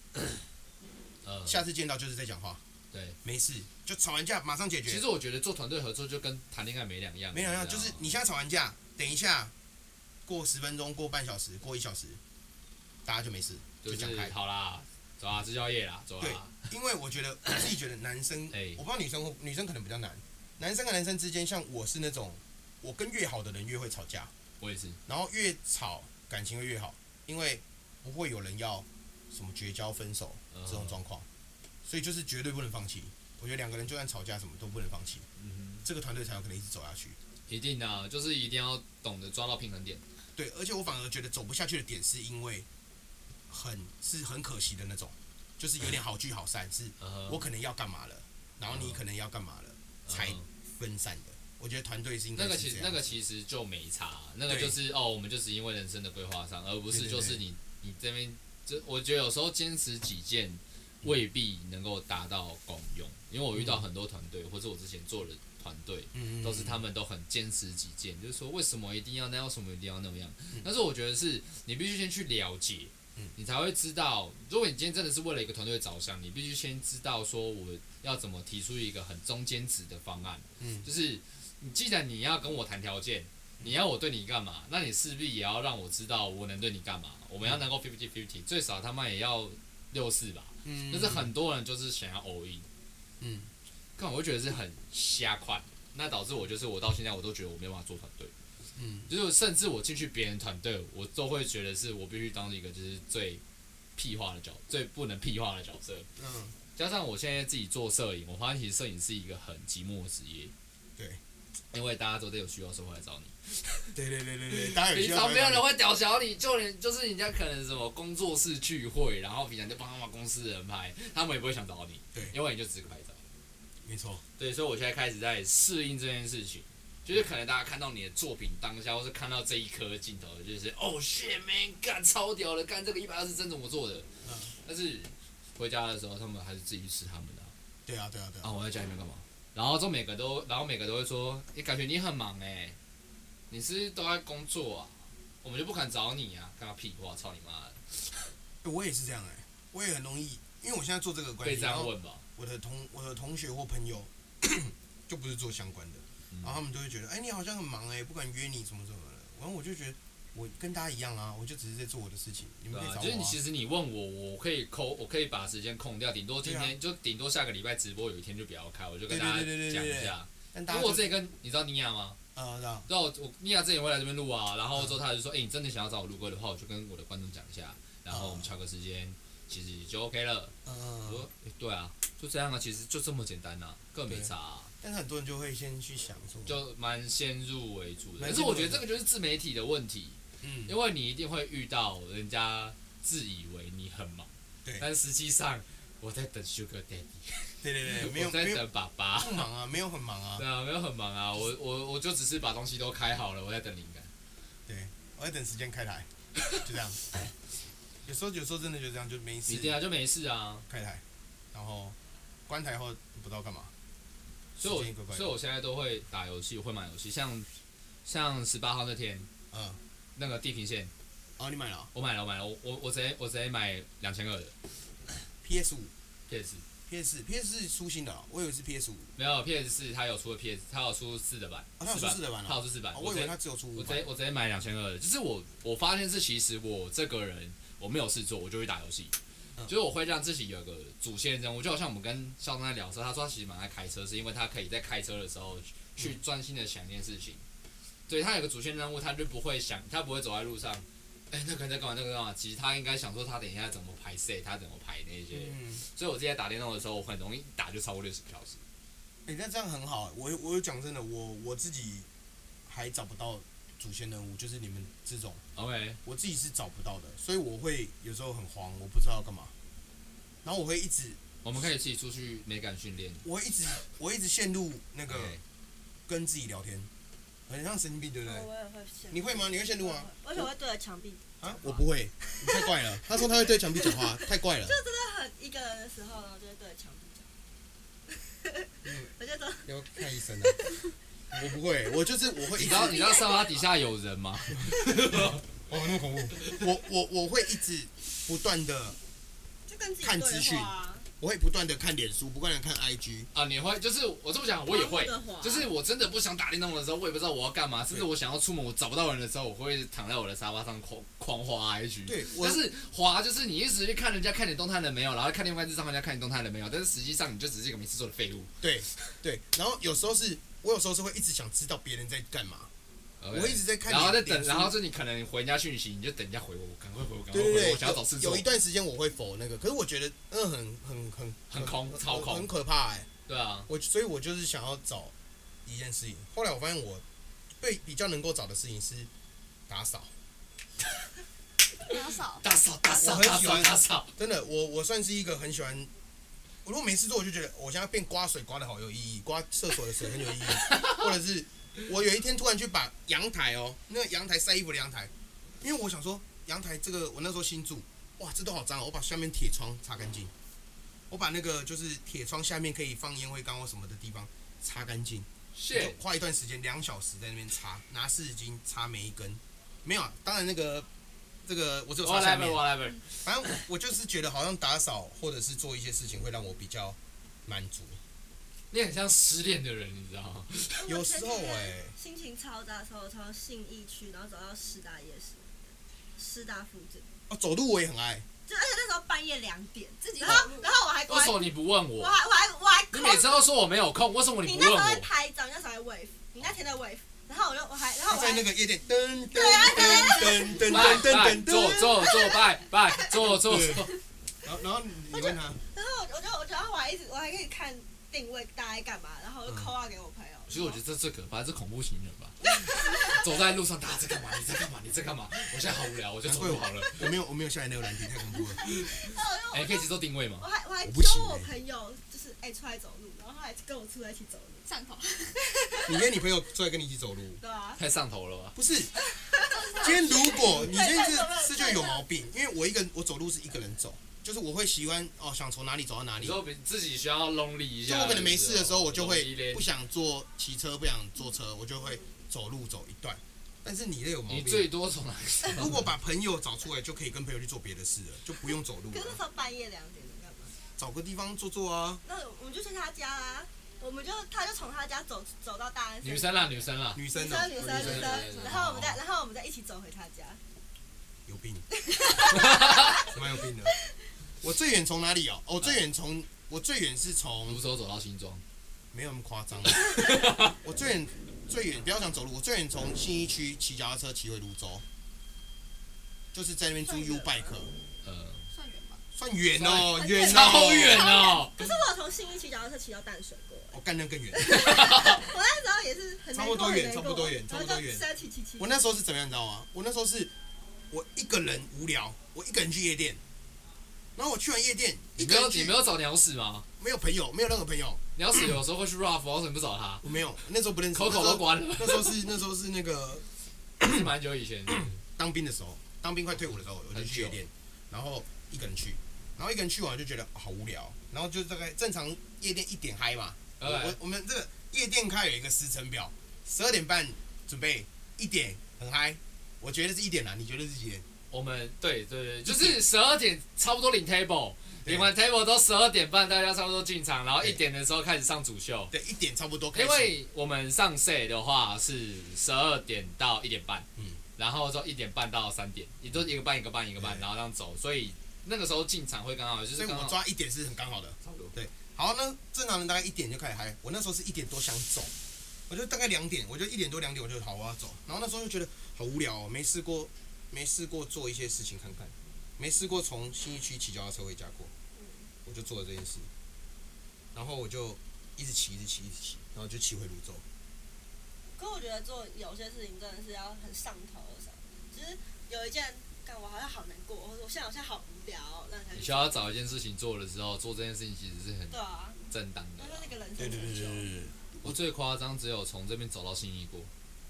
B: 呃，
A: 下次见到就是在讲话，
B: 对。
A: 没事，就吵完架马上解
B: 其
A: 决，
B: 实我啊觉得做团队合作就跟谈恋爱没两样。
A: 没两样，
B: 你知
A: 就
B: 道
A: 是
B: 吗
A: 你现在吵完架，等一下过十分钟、过半小时、过一小时，大家就没事，
B: 就
A: 就讲开
B: 是。好啦，走啊，吃宵夜啦，走啊。
A: 因为我觉得我自己觉得男生，
B: 哎
A: 我不知道女生会，女生可能比较难。男生跟男生之间，像我是那种，我跟越好的人越会吵架，
B: 我也是，
A: 然后越吵感情会越好，因为不会有人要什么绝交、分手
B: 嗯
A: 这种状况，所以就是绝对不能放弃。我觉得两个人就算吵架，什么都不能放弃，
B: 嗯
A: 这个团队才有可能一直走下去。
B: 一定的啊，就是一定要懂得抓到平衡点。
A: 对，而且我反而觉得走不下去的点是因为很是很可惜的那种，就是有点好聚好散，是
B: 呃
A: 我可能要干嘛了，然后你
B: 嗯
A: 可能要干嘛了。才
B: 嗯
A: 分散的。我觉得团队是应该
B: 那个
A: 是
B: 其
A: 这
B: 实
A: 样
B: 那个其实就没差，那个
A: 对
B: 就是哦，我们就是因为人生的规划上，而不是
A: 对对
B: 就是你你这边，就我觉得有时候坚持己
A: 嗯
B: 见未必能够达到共用，因为我遇到很多团队，或者我之前做的团队，
A: 嗯
B: 都是他们都很坚持己见，就是说为什么一定要那样，为什么一定要那样。但是我觉得是你必须先去了解
A: 嗯，
B: 你才会知道。如果你今天真的是为了一个团队着想，你必须先知道说我要怎么提出一个很中间值的方案。
A: 嗯
B: 就是你既然你要跟我谈条件，你要我对你干嘛，那你势必也要让我知道我能对你干嘛。我们要能够 fifty fifty，最少他妈也要六四吧。
A: 嗯
B: 但是很多人就是想要 all in。
A: 嗯
B: 看，我会觉得是很瞎快，那导致我就是我到现在我都觉得我没有办法做团队，
A: 嗯
B: 就是甚至我进去别人团队，我都会觉得是我必须当一个就是最屁话的角，最不能屁话的角色，
A: 嗯
B: 加上我现在自己做摄影，我发现其实摄影是一个很寂寞的职业。
A: 对，
B: 因为大家都得有需要的时候会来找你，
A: 对对对对对，大家嗯哎有需
B: 平
A: 要
B: 常没有人
A: 会
B: 会屌小你，就连就是人家可能什么工作室聚会，然后平常就帮他们公司的人拍，他们也不会想找你，
A: 对
B: 因为你就只是个拍照。
A: 没错，
B: 对，所以我现在开始在适应这件事情，就是可能大家看到你的作品当下，或是看到这一颗镜头，就是哦 shit man，干超屌的，干这个一百二十帧怎么做的？
A: 嗯
B: 但是回家的时候，他们还是自己去吃他们的啊、
A: 对啊对啊对
B: 啊。
A: 啊，
B: 我在家里面干嘛？然后就每个都，然后每个都会说，你、感觉你很忙哎、你是不是都在工作啊？我们就不肯找你啊，干嘛屁话？操你妈的！
A: 欸我也是这样哎、我也很容易，因为我现在做这个关
B: 被
A: 系，
B: 这
A: 然
B: 样
A: 后
B: 问吧？
A: 我的同我的同学或朋友 [COUGHS] 就不是做相关的，
B: 嗯
A: 然后他们都会觉得，哎、你好像很忙哎、不敢约你什么什么的。然后我就觉得，我跟大家一样啊，我就只是在做我的事情，你
B: 对
A: 们可以
B: 啊
A: 找，我、
B: 就是你
A: 啊。
B: 其实你问我，我可以抠，我可以把时间空掉，顶多今天、就顶多下个礼拜直播有一天就不要开，我就跟大家
A: 啊对对对对对
B: 讲
A: 对
B: 一下。
A: 但
B: 因
A: 大
B: 为
A: 家
B: 我
A: 就
B: 之前跟你知道妮亚吗？
A: 呃，这样
B: 然后我妮亚之前会来这边录啊，然后之后她就说，哎、你真的想要找我录歌的话，我就跟我的观众讲一下，然后我们敲个时间，其实就 OK 了。我说
A: 呃，，
B: 诶对啊，就这样啊，其实就这么简单啊，根本没
A: 对
B: 差、啊，
A: 但是很多人就会先去想说，
B: 就蛮先入为主的。
A: 蛮
B: 但
A: 先
B: 是
A: 入为
B: 我觉得
A: 主
B: 这个就是自媒体的问题，
A: 嗯，
B: 因为你一定会遇到人家自以为你很忙，
A: 对
B: 但实际上我在等 Sugar Daddy，
A: 对对对，没有
B: 我在
A: 没有
B: 等爸爸。
A: [LAUGHS] 不忙啊，没有很忙啊
B: 对，啊，没有很忙啊，我我我就只是把东西都开好了，我在等灵感。
A: 我在等时间开台，就这样。 [LAUGHS] 有时候有时候真的就这样，就没事
B: 你对啊，就没事啊。
A: 开台，然后关台后不知道干嘛。
B: 所以
A: 时间一个
B: 我
A: 怪
B: 所以我现在都会打游戏，我会买游戏，像像十八号那天
A: 嗯，
B: 那个地平线，
A: 哦，你买了
B: 我买了我买了，我我我直接我直接买两千二的
A: PS 五、
B: PS，
A: PS 4 PS 四出新的哦，我以为是 PS 五，
B: 没有 PS 四，它有出了 PS，它有出四的版，
A: 哦，它有出四的版
B: 它
A: 啊
B: 有，出四版
A: 哦，
B: 我
A: 我以
B: 直
A: 为
B: 接
A: 它只有出
B: 我
A: 五
B: 直接
A: 版。
B: 我直接买两千二的，就是我我发现是其实我这个人我没有事做，我就会打游戏，
A: 嗯
B: 就是我会让自己有个主线任务，就好像我们跟肖东在聊的时候，他说他其实蛮爱开车，是因为他可以在开车的时候去
A: 嗯
B: 去专心的想一件事情，对他有个主线任务，他就不会想，他不会走在路上。哎、那个人在干嘛？那个人在干嘛？其实他应该想说，他等一下怎么排 C，他怎么排那些。
A: 嗯，
B: 所以我之前打电动的时候，我很容易一打就超过六十个小时。
A: 哎，那这样很好。我我有讲真的，我我自己还找不到主线任务，就是你们这种，
B: OK，
A: 我自己是找不到的，所以我会有时候很慌，我不知道干嘛，然后我会一直
B: 我们可以自己出去美感训练。
A: 我一直我一直陷入那个
B: OK，
A: 跟自己聊天，很像神经病，对不对？
C: 哦我也会陷入
A: 你会吗？你会陷入吗？？
C: 我也会对着墙壁，
A: 啊，我不会，你太怪了。他说他会对墙壁讲 [LAUGHS] 话，太怪了。
C: 很一个人的时候，然后就会对着墙壁
A: 嗯。
C: 讲我就说，
A: 要看医生啊！我不会，我就是我会一直
B: 你知道你知道沙发底下有人吗？
A: 哦，那么恐怖。我我我会一直不断的，
C: 就跟自己
A: 看
C: 对
A: 资
C: 话
A: 讯
C: 啊。
A: 我会不断的看脸书，不断的看 IG。
B: 啊，你会就是我这么讲，我也会
C: 忙碌地滑，
B: 就是我真的不想打电动的时候，我也不知道我要干嘛，甚至我想要出门，我找不到人的时候，我会躺在我的沙发上狂狂滑 IG。
A: 对，我
B: 但是滑就是你一直去看人家看你动态了没有，然后看另外一只上人家看你动态了没有，但是实际上你就只是一个没事做的废物。
A: 对对，然后有时候是我有时候是会一直想知道别人在干嘛，
B: OK
A: 我一直在看
B: 然
A: 脸。
B: 后再等，
A: 脸书
B: 然后就你可能回人家讯息，你就等人家回我，我赶快回我，赶快
A: 对
B: 回
A: 对
B: 我，
A: 对，
B: 我想要找事
A: 有
B: 做
A: 有一。段时间我会否那个，可是我觉得那很很很
B: 很空超空
A: 很可怕哎、
B: 对啊，
A: 我所以，我就是想要找一件事情。后来我发现我被比较能够找的事情是打扫，
E: 不要少，
B: 打扫打扫
A: 我很
B: 打
A: 喜
B: 扫
A: 欢
B: 打扫，
A: 真的，我我算是一个很喜欢。我如果没事做，我就觉得我现在变刮水刮的好有意义，刮厕所的水很有意义，或者是我有一天突然去把阳台哦，那个阳台晒衣服的阳台，因为我想说阳台这个我那时候新住，哇，这都好脏哦，我把下面铁窗擦干净，我把那个就是铁窗下面可以放烟灰缸或什么的地方擦干净，
B: shit
A: 就花一段时间两小时在那边擦，拿湿纸巾擦每一根，没有啊，当然那个这个我只有擦下
B: whatever
A: 面。
B: whatever，
A: 反正我我就是觉得好像打扫或者是做一些事情会让我比较满足。
B: 你很像失恋的人，你知道吗？
A: 有时候哎、
C: 心情超差的时候，我从信义区，然后走到师大夜市，师大附近，
A: 哦，走路我也很爱。
C: 就而且那时候半夜两点，
E: 自己
C: 然后然后我还我
B: 为
C: 还
B: 什么你不问
C: 我
B: 我？
C: 还我还我还
B: 你
C: 抠
B: 每次都说我没有空，为什么
C: 你
B: 不
C: 那
B: 问
C: 时候在
B: 我？
C: 拍照，你那时候在 wave，你那天在 wave，然后我就我还然后
A: 他
C: 我
A: 在
C: 还
A: 那个夜店噔噔
C: 对啊对啊
A: 噔噔
B: 拜
A: 噔
B: 拜，
A: 噔噔
B: 坐
A: 噔，
B: 坐坐，拜拜，坐坐
A: 对
B: 坐。
A: 然后然后你问他，
C: 然后我就我就然后还一直我还可以看定位大家在干嘛，然后我就
A: 嗯
C: 扣号给我朋友。
B: 其实我觉得这最可怕，这恐怖情人吧。 [LAUGHS] 走在路上，大家在干嘛？你在干嘛？你在干嘛？我现在好无聊，我就走路好了。
C: [LAUGHS]
A: 我没有，我没有下载那个软体，太恐怖了。
C: 然后我
B: 哎、
C: 就
B: 可以接受定位吗
C: 我？还我还
A: 我不行
C: 教我
A: 欸
C: 朋友，就是哎、出来走路，然后他还跟我出来一起走路，
E: 上头，
A: 你跟你朋友出来跟你一起走路，
C: 对啊，
B: 太上头了吧？
A: 不
C: [LAUGHS]
A: 是？今天如果你今天是是就有毛病，因为我一个人我走路是一个人走，就是我会喜欢哦，想从哪里走到哪里。
B: 你说比自己需要 lonely 一
A: 就
B: 下，
A: 我可能没事的时候，我就
B: lonely 嘞
A: 会不想坐骑车，不想坐车，我就会走路走一段。但是你那有毛
B: 你
A: 病
B: 最，多从哪里走？
A: 如果把朋友找出来，就可以跟朋友去做别的事了，就不用走路
C: 可是那
A: 了，
C: 时候半夜两点能干嘛？
A: 找个地方坐坐啊。
C: 那我们就去他家啦，我们就他就从他家走走到大安森
B: 女生啦，女生啦，
A: 女
C: 女
A: 生啊，
C: 生女
A: 有
C: 生女
B: 生女
C: 生，
B: 生
C: 然后我们再然后我们再一起走回他家，
A: 有
C: [LAUGHS]
A: 病，蛮有病的。我最远从哪里哦？我最远从我最远是从
B: 泸州走到新庄，
A: 没有那么夸
B: [LAUGHS]
A: 张，我最远最远不要讲走路，我最远从信义区骑脚踏车骑回泸州，就是在那边租
E: 算
A: U
E: 远
A: bike，
B: 呃，
E: 算远吧。
A: 算远哦，远哦
B: 超远哦。
C: 可是我有从信义骑脚踏车骑到淡水过，
A: 我干那
B: [LAUGHS]
A: 更远。
C: 我那时候也是很
A: 差
C: 难过
A: 不多远
C: 很难过
A: 差不多远
C: 然后
A: 差不多
C: 就
A: 远
C: 三七七七，
A: 我那时候是怎么样，你知道吗？我那时候是我一个人无聊，我一个人去夜店，然后我去完夜店，一
B: 你
A: 个
B: 没有
A: 人
B: 你
A: 去
B: 没有找鸟屎
A: [CLEARS THROAT]
B: 吗？
A: 没有朋友，没有任何朋友，
B: 鸟屎有时候会去 rough，为什么不找他？
A: 我没有，那时候不认识，
B: 口口都关了，
A: 那时候是那时候是那个
B: 是蛮久以前的。
A: 当兵的时候，当兵快退伍的时候，我就去夜店，然后一个人去，然后一个人去完我就觉得、哦好无聊，然后就大概正常夜店一点嗨嘛，我我
B: 呃，
A: 我们这个夜店开有一个时程表，十二点半准备，一点很嗨，我觉得是一点啦，你觉得是几点？
B: 我们对对对，就是十二点差不多领 table，
A: 对
B: 领完 table 都十二点半，大家差不多进场，然后
A: 对
B: 一点的时候开始上主秀。
A: 对，一点差不多开始。
B: 因为我们上 C 的话是十二点到一点半，
A: 嗯
B: 然后就一点半到三点，也都一个半一个半一个半，
A: 对
B: 然后这样走，所以那个时候进场会刚好就
A: 所
B: 是
A: 以
B: 刚
A: 我
B: 好
A: 抓一点是很刚好的。
B: 差不多
A: 好，那正常人大概一点就开始嗨，我那时候是一点多想走，我就大概两点，我就一点多两点我就好我要走，然后那时候就觉得好无聊哦，没试过没试过做一些事情看看，没试过从新一区骑脚踏车回家过，我就做了这件事，然后我就一直骑一直骑一直骑，然后就骑回泸州，
C: 可我觉得做有些事情真的是要很上头的时候，就是有一件，干我好像好难过，或者我现在好像好无聊哦，让人家
B: 你需要找一件事情做了之后，做这件事情其实是很
C: 对啊，
B: 正当的
C: 那就
B: 啦。
C: 那个人
A: 对
C: 生
A: 对对
C: 成
A: 对
C: 就，
A: 对对，
B: 我最夸张只有从这边走到信义过，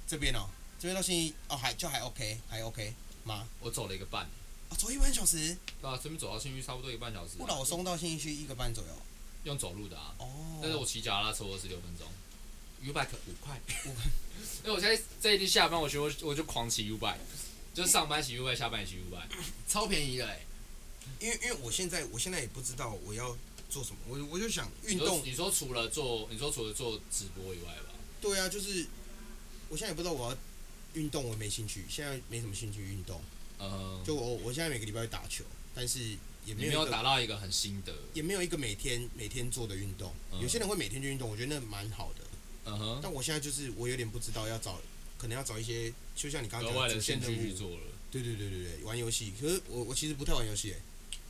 A: 这边哦，这边到新一哦还就还 OK 还 OK 吗？
B: 我走了一个半，
A: 哦，走一个半小时，
B: 对啊，这边走到信义差不多一个半小时啊，
A: 不老松到新一区一个半左右
B: 用走路的啊，
A: 哦，
B: 但是我骑脚踏车十六分钟，U bike 五块，因为我现在这一天下班，我就我就狂骑 U bike，就是上班骑 U bike，下班也骑 U bike，
A: [COUGHS]
B: 超便宜的
A: 欸
B: 哎、
A: 因为因为我现在我现在也不知道我要做什么，我我就想运
B: 你说
A: 动，
B: 你说除了做，你说除了做直播以外吧，
A: 对啊，就是我现在也不知道我要运动，我没兴趣，现在没什么兴趣运动，
B: 呃，
A: 就我我现在每个礼拜会打球，但是也
B: 你
A: 没
B: 没
A: 有
B: 有
A: 一个
B: 达到一个很心得，
A: 也没有一个每天每天做的运动，
B: 嗯
A: 有些人会每天去运动，我觉得那蛮好的，
B: 嗯哼，
A: 但我现在就是我有点不知道要找，可能要找一些就像你刚刚
B: 额
A: 讲
B: 外
A: 主
B: 的
A: 线
B: 兴
A: 任
B: 趣去
A: 务，
B: 做了，
A: 对对对对对，玩游戏，可是我我其实不太玩游戏欸，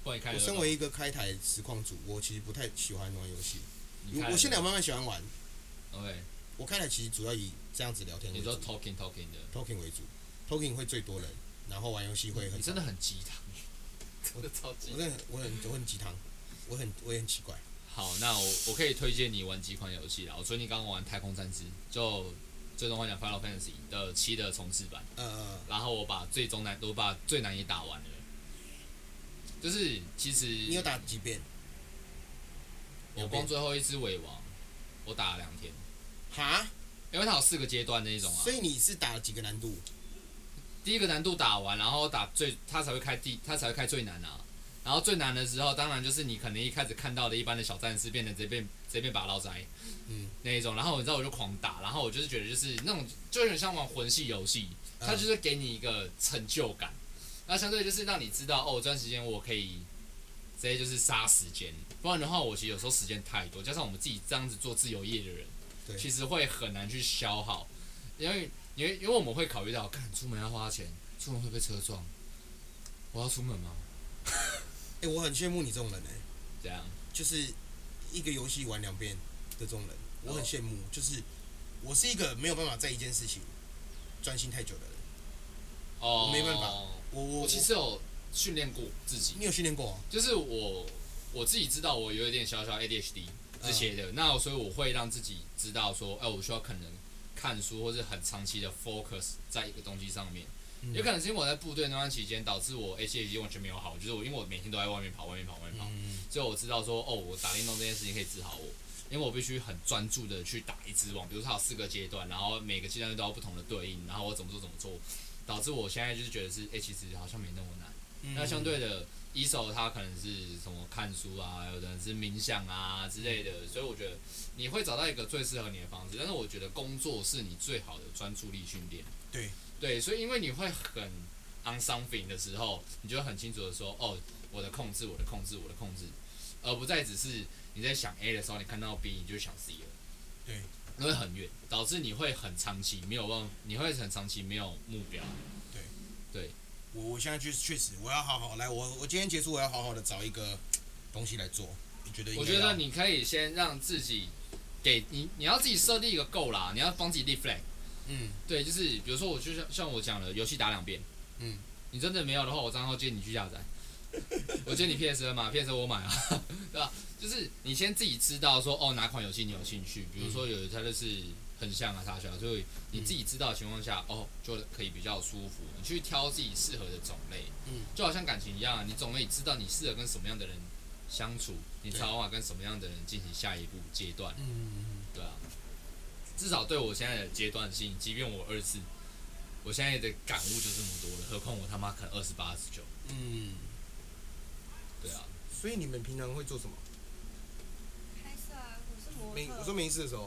B: 不然你看
A: 我
B: 得
A: 身
B: 到
A: 为一个开台实况主，我其实不太喜欢玩游戏，
B: 你看
A: 我
B: 得
A: 我现在有
B: 到
A: 慢慢喜欢玩。
B: OK，
A: 我开台其实主要以这样子聊天为
B: 你说
A: 主
B: talking talking 的，
A: ，talking 为主，talking 会最多人，然后玩游戏会很
B: 你
A: 少。
B: 真的很鸡汤，我的超级
A: 我真的很我很我很鸡汤，我很我也很奇怪。
B: 好，那我我可以推荐你玩几款游戏啦。我最近刚刚玩《太空战士》，就《最终幻想 Final Fantasy》的七的重置版，
A: 呃，
B: 然后我把最终难，我把最难也打完了。就是其实
A: 你有打几遍？
B: 我光最后一只尾王，我打了两天，
A: 哈？
B: 因为它有四个阶段那一种啊。
A: 所以你是打了几个难度？
B: 第一个难度打完，然后打最，它才会开第，它才会开最难啊。然后最难的时候，当然就是你可能一开始看到的一般的小战士，变成直接变直接变拔刀斋，
A: 嗯，
B: 那一种。然后你知道我就狂打，然后我就是觉得就是那种就有点像玩魂系游戏，它
A: 嗯
B: 就是给你一个成就感。那相对就是让你知道哦，这段时间我可以直接就是杀时间，不然的话，我其实有时候时间太多，加上我们自己这样子做自由业的人，
A: 对
B: 其实会很难去消耗，因为因为因为我们会考虑到，看出门要花钱，出门会被车撞，我要出门吗？
A: 哎、我很羡慕你这种人哎、
B: 这样，
A: 就是一个游戏玩两遍的这种人，我
B: 哦
A: 很羡慕。就是我是一个没有办法在一件事情专心太久的人。
B: 哦，
A: 我没办法我我
B: 我其实有训练过自己，
A: 你有训练过、啊？
B: 就是我我自己知道我有一点小小 ADHD 这些的，那所以我会让自己知道说，哎、我需要可能看书或是很长期的 focus 在一个东西上面。
A: 嗯
B: 有可能是因为我在部队那段期间，导致我 ADHD 完全没有好，就是我因为我每天都在外面跑，外面跑，外面跑，
A: 嗯，
B: 所以我知道说，哦，我打电动这件事情可以治好我，因为我必须很专注的去打一只网，比如说它有四个阶段，然后每个阶段都要不同的对应，然后我怎么做怎么做，导致我现在就是觉得是，哎、其实好像没那么难。
A: 嗯
B: 那相对的，一手它可能是什么看书啊，有的人是冥想啊之类的，
A: 嗯
B: 所以我觉得你会找到一个最适合你的方式。但是我觉得工作是你最好的专注力训练。
A: 对
B: 对，所以因为你会很 on something 的时候，你就会很清楚的说，哦，我的控制，我的控制，我的控制，而不再只是你在想 A 的时候，你看到 B 你就想 C 了。
A: 对，
B: 因为很远，导致你会很长期没有忘，你会很长期没有目标。
A: 我我现在确确实我要好好来，我我今天结束我要好好的找一个东西来做。你觉得应该
B: 我
A: 要？
B: 觉得你可以先让自己给你，你要自己设定一个 goal 啦，你要帮自己立 flag。
A: 嗯
B: 对，就是比如说我就像像我讲的，游戏打两遍，
A: 嗯，
B: 你真的没有的话，我账号借你去下载。
A: [LAUGHS]
B: 我借你 PS 二嘛，PS 二我买啊，对吧？就是你先自己知道说哦哪款游戏你有兴趣，比如
A: 嗯
B: 说有的它就是很像啊啥小，所以你自己知道的情况下，哦就可以比较舒服，你去挑自己适合的种类，
A: 嗯，
B: 就好像感情一样啊，你总可以知道你适合跟什么样的人相处，你才有办法跟什么样的人进行下一步阶段，
A: 嗯，
B: 对啊。至少对我现在的阶段性，即便我二十，我现在的感悟就这么多了，何况我他妈可能二十八、二十九，
A: 嗯，
B: 对啊。
A: 所以你们平常会做什么？
C: 拍摄啊，我是模
A: 没，
C: 特，
A: 我说没事的时候。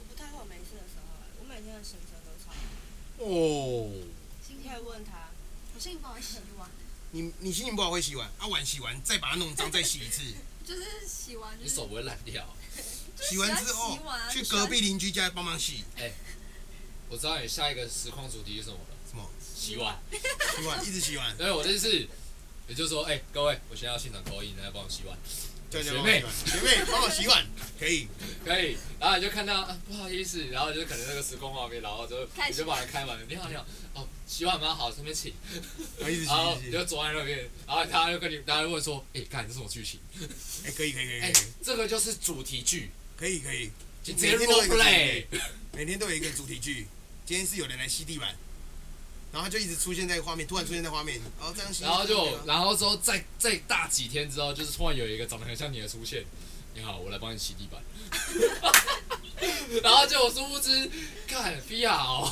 C: 我不太会有没事的时候、欸，我每天的行程都超。
A: 哦，
C: 今天问他，
E: 我心情不好洗碗，
A: 你你心情不好会洗碗，啊碗洗完再把它弄脏再洗一次，
E: 就是洗完就
B: 你
E: 是
B: 手不会烂掉。啊
E: 就是
A: 洗
E: 喜欢
A: 完之后
E: 洗碗
A: 去
E: 喜
A: 隔
E: 欢
A: 壁邻居家帮忙洗，
B: 我知道你下一个实况主题是什么了，
A: 什么
B: 洗碗。
A: 洗碗一直洗碗，
B: 所以我这次也就是说，哎、各位，我现在要现场口音，大家帮我洗碗，
A: 对对，
B: 学
A: 帮
B: 妹
A: 我洗碗学妹帮我洗碗，可以，
B: 可以。然后你就看到、啊、不好意思，然后就可能那个时空画面，然后就
E: 开
B: 你
E: 始
B: 就把它开完了，你好你好，哦，洗碗蛮好，顺便请。
A: 然后一直洗
B: 然后
A: 一
B: 你
A: 直洗，
B: 就坐在那边，然后大家就跟你，大家就问说，哎、看这是什么剧情？
A: 哎可以可以可以可
B: 哎、
A: 以
B: 这个就是主题剧，
A: 可以可以，
B: 就
A: 每
B: 直接
A: 天都有
B: role
A: 一个
B: play。
A: 每天都有一个主题剧，今天是有人来吸地板，然后他就一直出现在画面，突然出现在画面，然后这样吸，
B: 然后
A: 这样
B: 就
A: 吸，
B: 然后之后再再大几天之后，就是突然有一个长得很像你的出现，你好，我来帮你洗地板。 [LAUGHS] 然后结果殊不知，看菲亚哦，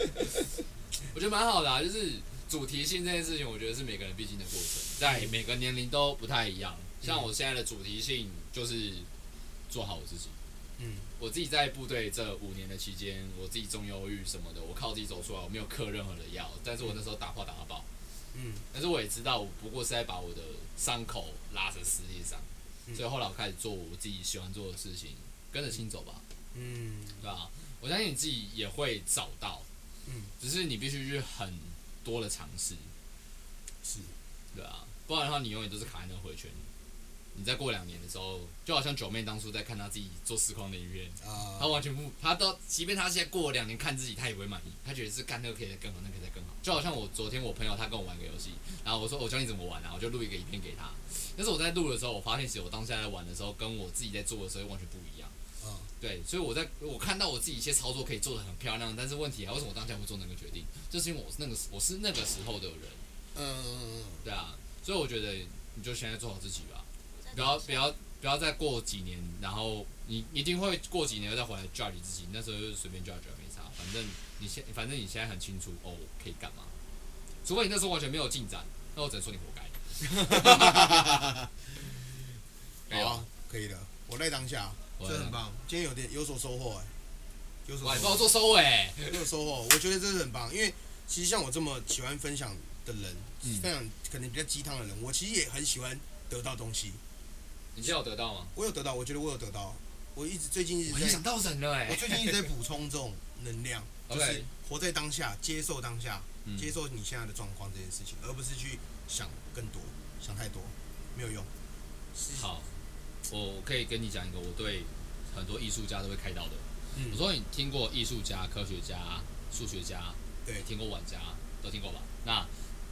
B: [LAUGHS] 我觉得蛮好的、啊，就是主题性这件事情，我觉得是每个人必经的过程，在每个年龄都不太一样。像我现在的主题性就是做好我自己。
A: 嗯
B: 我自己在部队这五年的期间，我自己中忧郁什么的，我靠自己走出来，我没有嗑任何的药，但是我那时候打炮打到爆。
A: 嗯
B: 但是我也知道，我不过是在把我的伤口拉成撕裂伤，
A: 嗯
B: 所以后来我开始做我自己喜欢做的事情，跟着心走吧，
A: 嗯
B: 对吧、我相信你自己也会找到，
A: 嗯，
B: 只是你必须去很多的尝试，
A: 是，
B: 对啊，不然的话你永远都是卡在那个回圈。你再过两年的时候，就好像九妹当初在看她自己做实况的影片，
A: 啊
B: 她，完全不，她到即便她现在过了两年看自己，她也不会满意，她觉得是干那个可以再更好，那个可以再更好。就好像我昨天我朋友他跟我玩一个游戏，然后我说我教你怎么玩啊，我就录一个影片给他。但是我在录的时候，我发现其实我当下在玩的时候，跟我自己在做的时候完全不一样。 [LAUGHS]
A: 嗯
B: 对，所以我在我看到我自己一些操作可以做的很漂亮，但是问题啊，为什么我当下会做那个决定？就是因为我是那个时我是那个时候的人，
A: 嗯
B: 对啊，所以我觉得你就现在做好自己吧。
C: 我在
B: 不要不要不要再过几年，然后你一定会过几年再回来 judge 自己，那时候就随便 judge 没差，反正你现反正你现在很清楚哦，可以干嘛，除非你那时候完全没有进展，那我只能说你活该。
A: 嗯
B: 没
A: 好
B: 有
A: 啊，可以的，我在当下，
B: 我
A: 这很棒，今天有点有所收获哎，有
B: 我
A: 所
B: 还
A: 收
B: 帮我
A: 获。
B: 做收尾，
A: 没有收获，我觉得这是很棒，因为其实像我这么喜欢分享的人，
B: 嗯
A: 分享可能比较鸡汤的人，我其实也很喜欢得到东西。
B: 你现在有得到吗？
A: 我有得到，我觉得我有得到，我一直最近一直
B: 我影
A: 在
B: 响，到人了哎、
A: 我最近一直在补充这种能量，就
B: OK
A: 是活在当下，接受当下，
B: 嗯
A: 接受你现在的状况这件事情，而不是去想更多，想太多没有用。是
B: 好，我可以跟你讲一个我对很多艺术家都会开导的。
A: 嗯
B: 我说你听过艺术家、科学家、数学家，
A: 对
B: 听过玩家都听过吧？那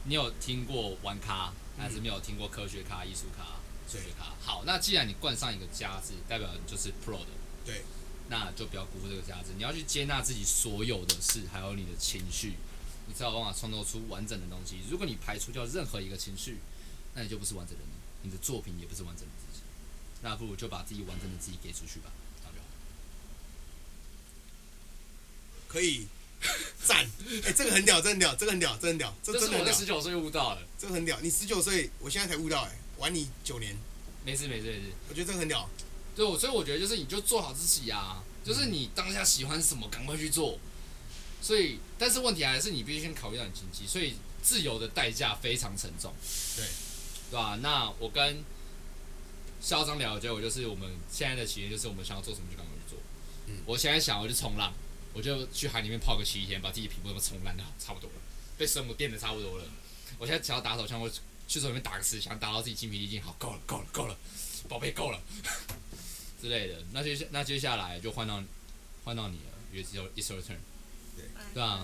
B: 你有听过玩咖，还
A: 嗯
B: 是没有听过科学咖、艺术咖、数学咖？好，那既然你冠上一个“家”字，代表你就是 pro 的。
A: 对。
B: 那就不要辜负这个“家”字，你要去接纳自己所有的事，还有你的情绪，你才有办法创造出完整的东西。如果你排除掉任何一个情绪，那你就不是完整的你，你的作品也不是完整的自己。那不如就把自己完整的自己给出去吧，这样就好。
A: 可以赞，哎、这个很屌，这个很屌，这个很屌，这个很屌，这
B: 这
A: 真
B: 是
A: 的
B: 我
A: 很
B: 在
A: 屌
B: 十，九岁悟到的，
A: 这个很屌。你十九岁，我现在才悟到、哎，玩你九年，
B: 没事没事没事。
A: 我觉得这个很屌。
B: 对，我所以我觉得就是你就做好自己啊，就是
A: 嗯
B: 你当下喜欢什么，赶快去做。所以，但是问题还是你必须先考虑到你经济，所以自由的代价非常沉重。
A: 对，
B: 对吧、那我跟嚣张聊的结果就是，我们现在的企业就是我们想要做什么就赶快去做。
A: 嗯
B: 我现在想要去冲浪，我就去海里面泡个七天，把自己皮肤都冲烂的差不多了，被水母电的差不多了。我现在想要打手枪，我去手里面打个十枪，打到自己精疲力尽，好，够了，够了，够了，宝贝，够了。之类的。那接下那接下来就换到换到你了，也只有 it's your turn。对啊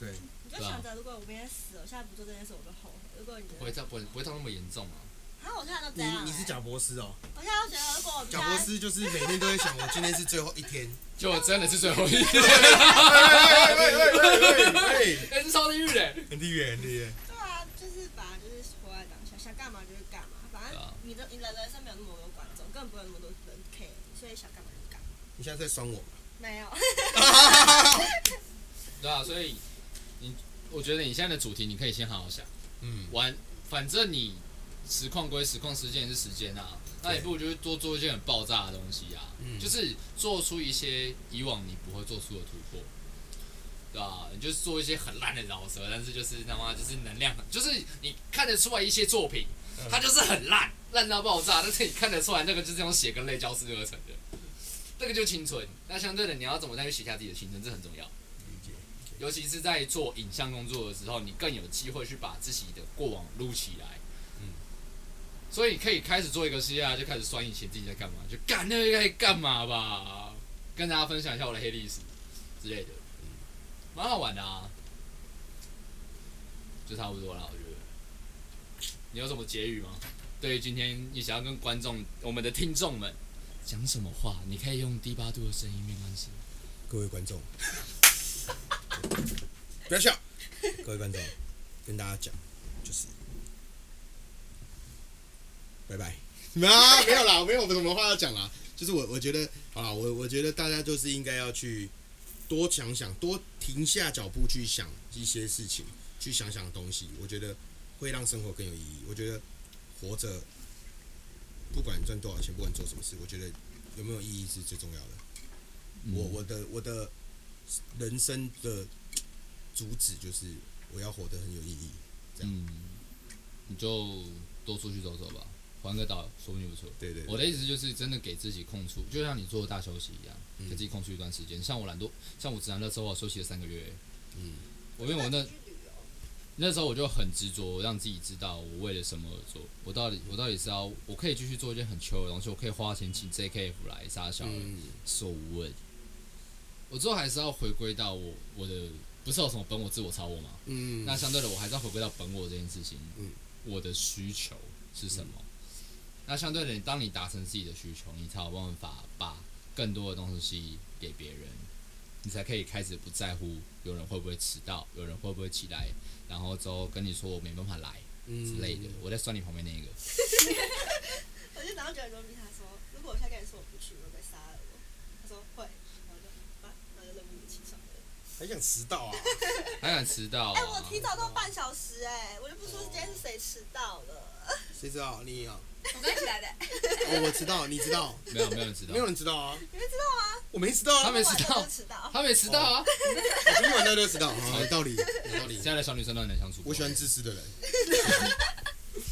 A: 对，
C: 你就想着，如果我明天死了，我现在不做这件事，我就后悔。如果你觉
B: 不会
C: 得，
B: 到不会不会到那么严重啊。
C: 啊，我现在都
D: 你
C: 这样、欸。
D: 你是贾博士哦，
C: 我现在都觉得，如果我们
A: 贾博士就是每天都会想，我今天是最后一天。
B: 就我真的是最后一天，
A: 哎哎哎
B: [LAUGHS]
A: 哎哎哎
B: 哎，是超地狱的。
A: 很地远，很地远。
C: 对啊，就是本来就是活在当下，想干嘛就是干嘛，反
B: 啊
C: 正你的你的人生没有那么多观众，根本不会有那么多人 care，你所以想干嘛就干嘛。
A: 你现在在酸我吗？
C: 没有，
B: 对啊，所以你我觉得你现在的主题你可以先好好想，
A: 嗯，
B: 玩，反正你实况归实况，时间也是时间啊。那你不如就是多做一些很爆炸的东西啊，
A: 嗯
B: 就是做出一些以往你不会做出的突破，对吧、你就是做一些很烂的饶舌，但是就是他妈就是能量很，就是你看得出来一些作品，
A: 嗯
B: 它就是很烂，烂到爆炸，但是你看得出来那个就是用血跟泪交织而成的，那个就青春。那相对的，你要怎么再去写下自己的青春，这很重要。
A: 理解。
B: 尤其是在做影像工作的时候，你更有机会去把自己的过往撸起来。
A: 嗯，
B: 所以可以开始做一个系列啊，就开始算以前自己在干嘛，就干那个该干嘛吧，跟大家分享一下我的黑历史之类的，蛮好玩的啊，就差不多啦，我觉得。你有什么结语吗？对于今天你想要跟观众、我们的听众们讲什么话，你可以用低八度的声音，没关系。
A: 各位观 [LAUGHS] 众，不要笑。各位观众，跟大家讲，就是，拜拜。 [LAUGHS] 啊，没有啦，没有什么话要讲啦。就是我，我觉得啊，我我觉得大家就是应该要去多想想，多停下脚步去想一些事情，去想想东西。我觉得会让生活更有意义。我觉得活着，不管赚多少钱，不管做什么事，我觉得有没有意义是最重要的。我我的我的人生的主旨就是我要活得很有意义。这样
B: 嗯，你就多出去走走吧，环个岛说不定不错。
A: 对对对
B: 我的意思就是真的给自己空出，就像你做大休息一样，
A: 嗯
B: 给自己空出一段时间。像我懒惰，像我直男那时候我休息了三个月，
A: 嗯，
B: 我因为我那
E: 去旅游，
B: 那时候我就很执着，让自己知道我为了什么而做，我到底我到底是要我可以继续做一件很糗的东西，我可以花钱请 JKF 来杀小人，
A: 嗯，
B: 所问，我最后还是要回归到我我的不是有什么本我、自我、超我吗？
A: 嗯，
B: 那相对的，我还是要回归到本我这件事情，
A: 嗯
B: 我的需求是什么？那相对的，当你达成自己的需求，你才有办法把更多的东西给别人，你才可以开始不在乎有人会不会迟到，有人会不会起来，然后之后跟你说我没办法来
A: 嗯
B: 之类的。我在算你旁边那一个，
C: [LAUGHS] 我就早上九点钟逼他说，如果我现在跟你说我不去，你会不会杀了我？他说会，然后我就啊，然后就忍不住起床
B: 哦
C: 了。
A: 还想迟到啊？
B: 还敢迟到、
C: [LAUGHS] 哎、
B: 啊？
C: 我提早到半小时哎、我就不说今天是谁迟到
B: 哦
C: 了。
A: 谁知道你啊？
E: 我跟你起来的，
A: 哦，我知道，你知
B: [LAUGHS]
A: 道，
B: 没有没有人迟到
A: 没，有人知道啊，
C: 你们知道吗？
A: 我没迟到
B: 他
A: 啊，
B: 没迟
C: 我晚
B: 到
C: 上就，迟到。
B: 他没迟到
A: 哦
B: 啊！
A: 我今天晚上就迟到，啊有道理，有道理
B: 现。在的小女生都很难相处，
A: 我喜欢自私的
B: [LAUGHS]
A: 人，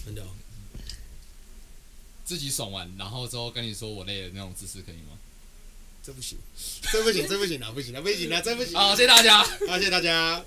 A: 真的哦，
B: 自己爽完，然后之后跟你说我累了那种姿势可以
A: [LAUGHS]
B: 吗？ [LAUGHS]
A: 这不行，这不行，这不行啊，不行啊，不行啊，这不行
B: 好，谢谢大家。
A: 好，谢谢大家。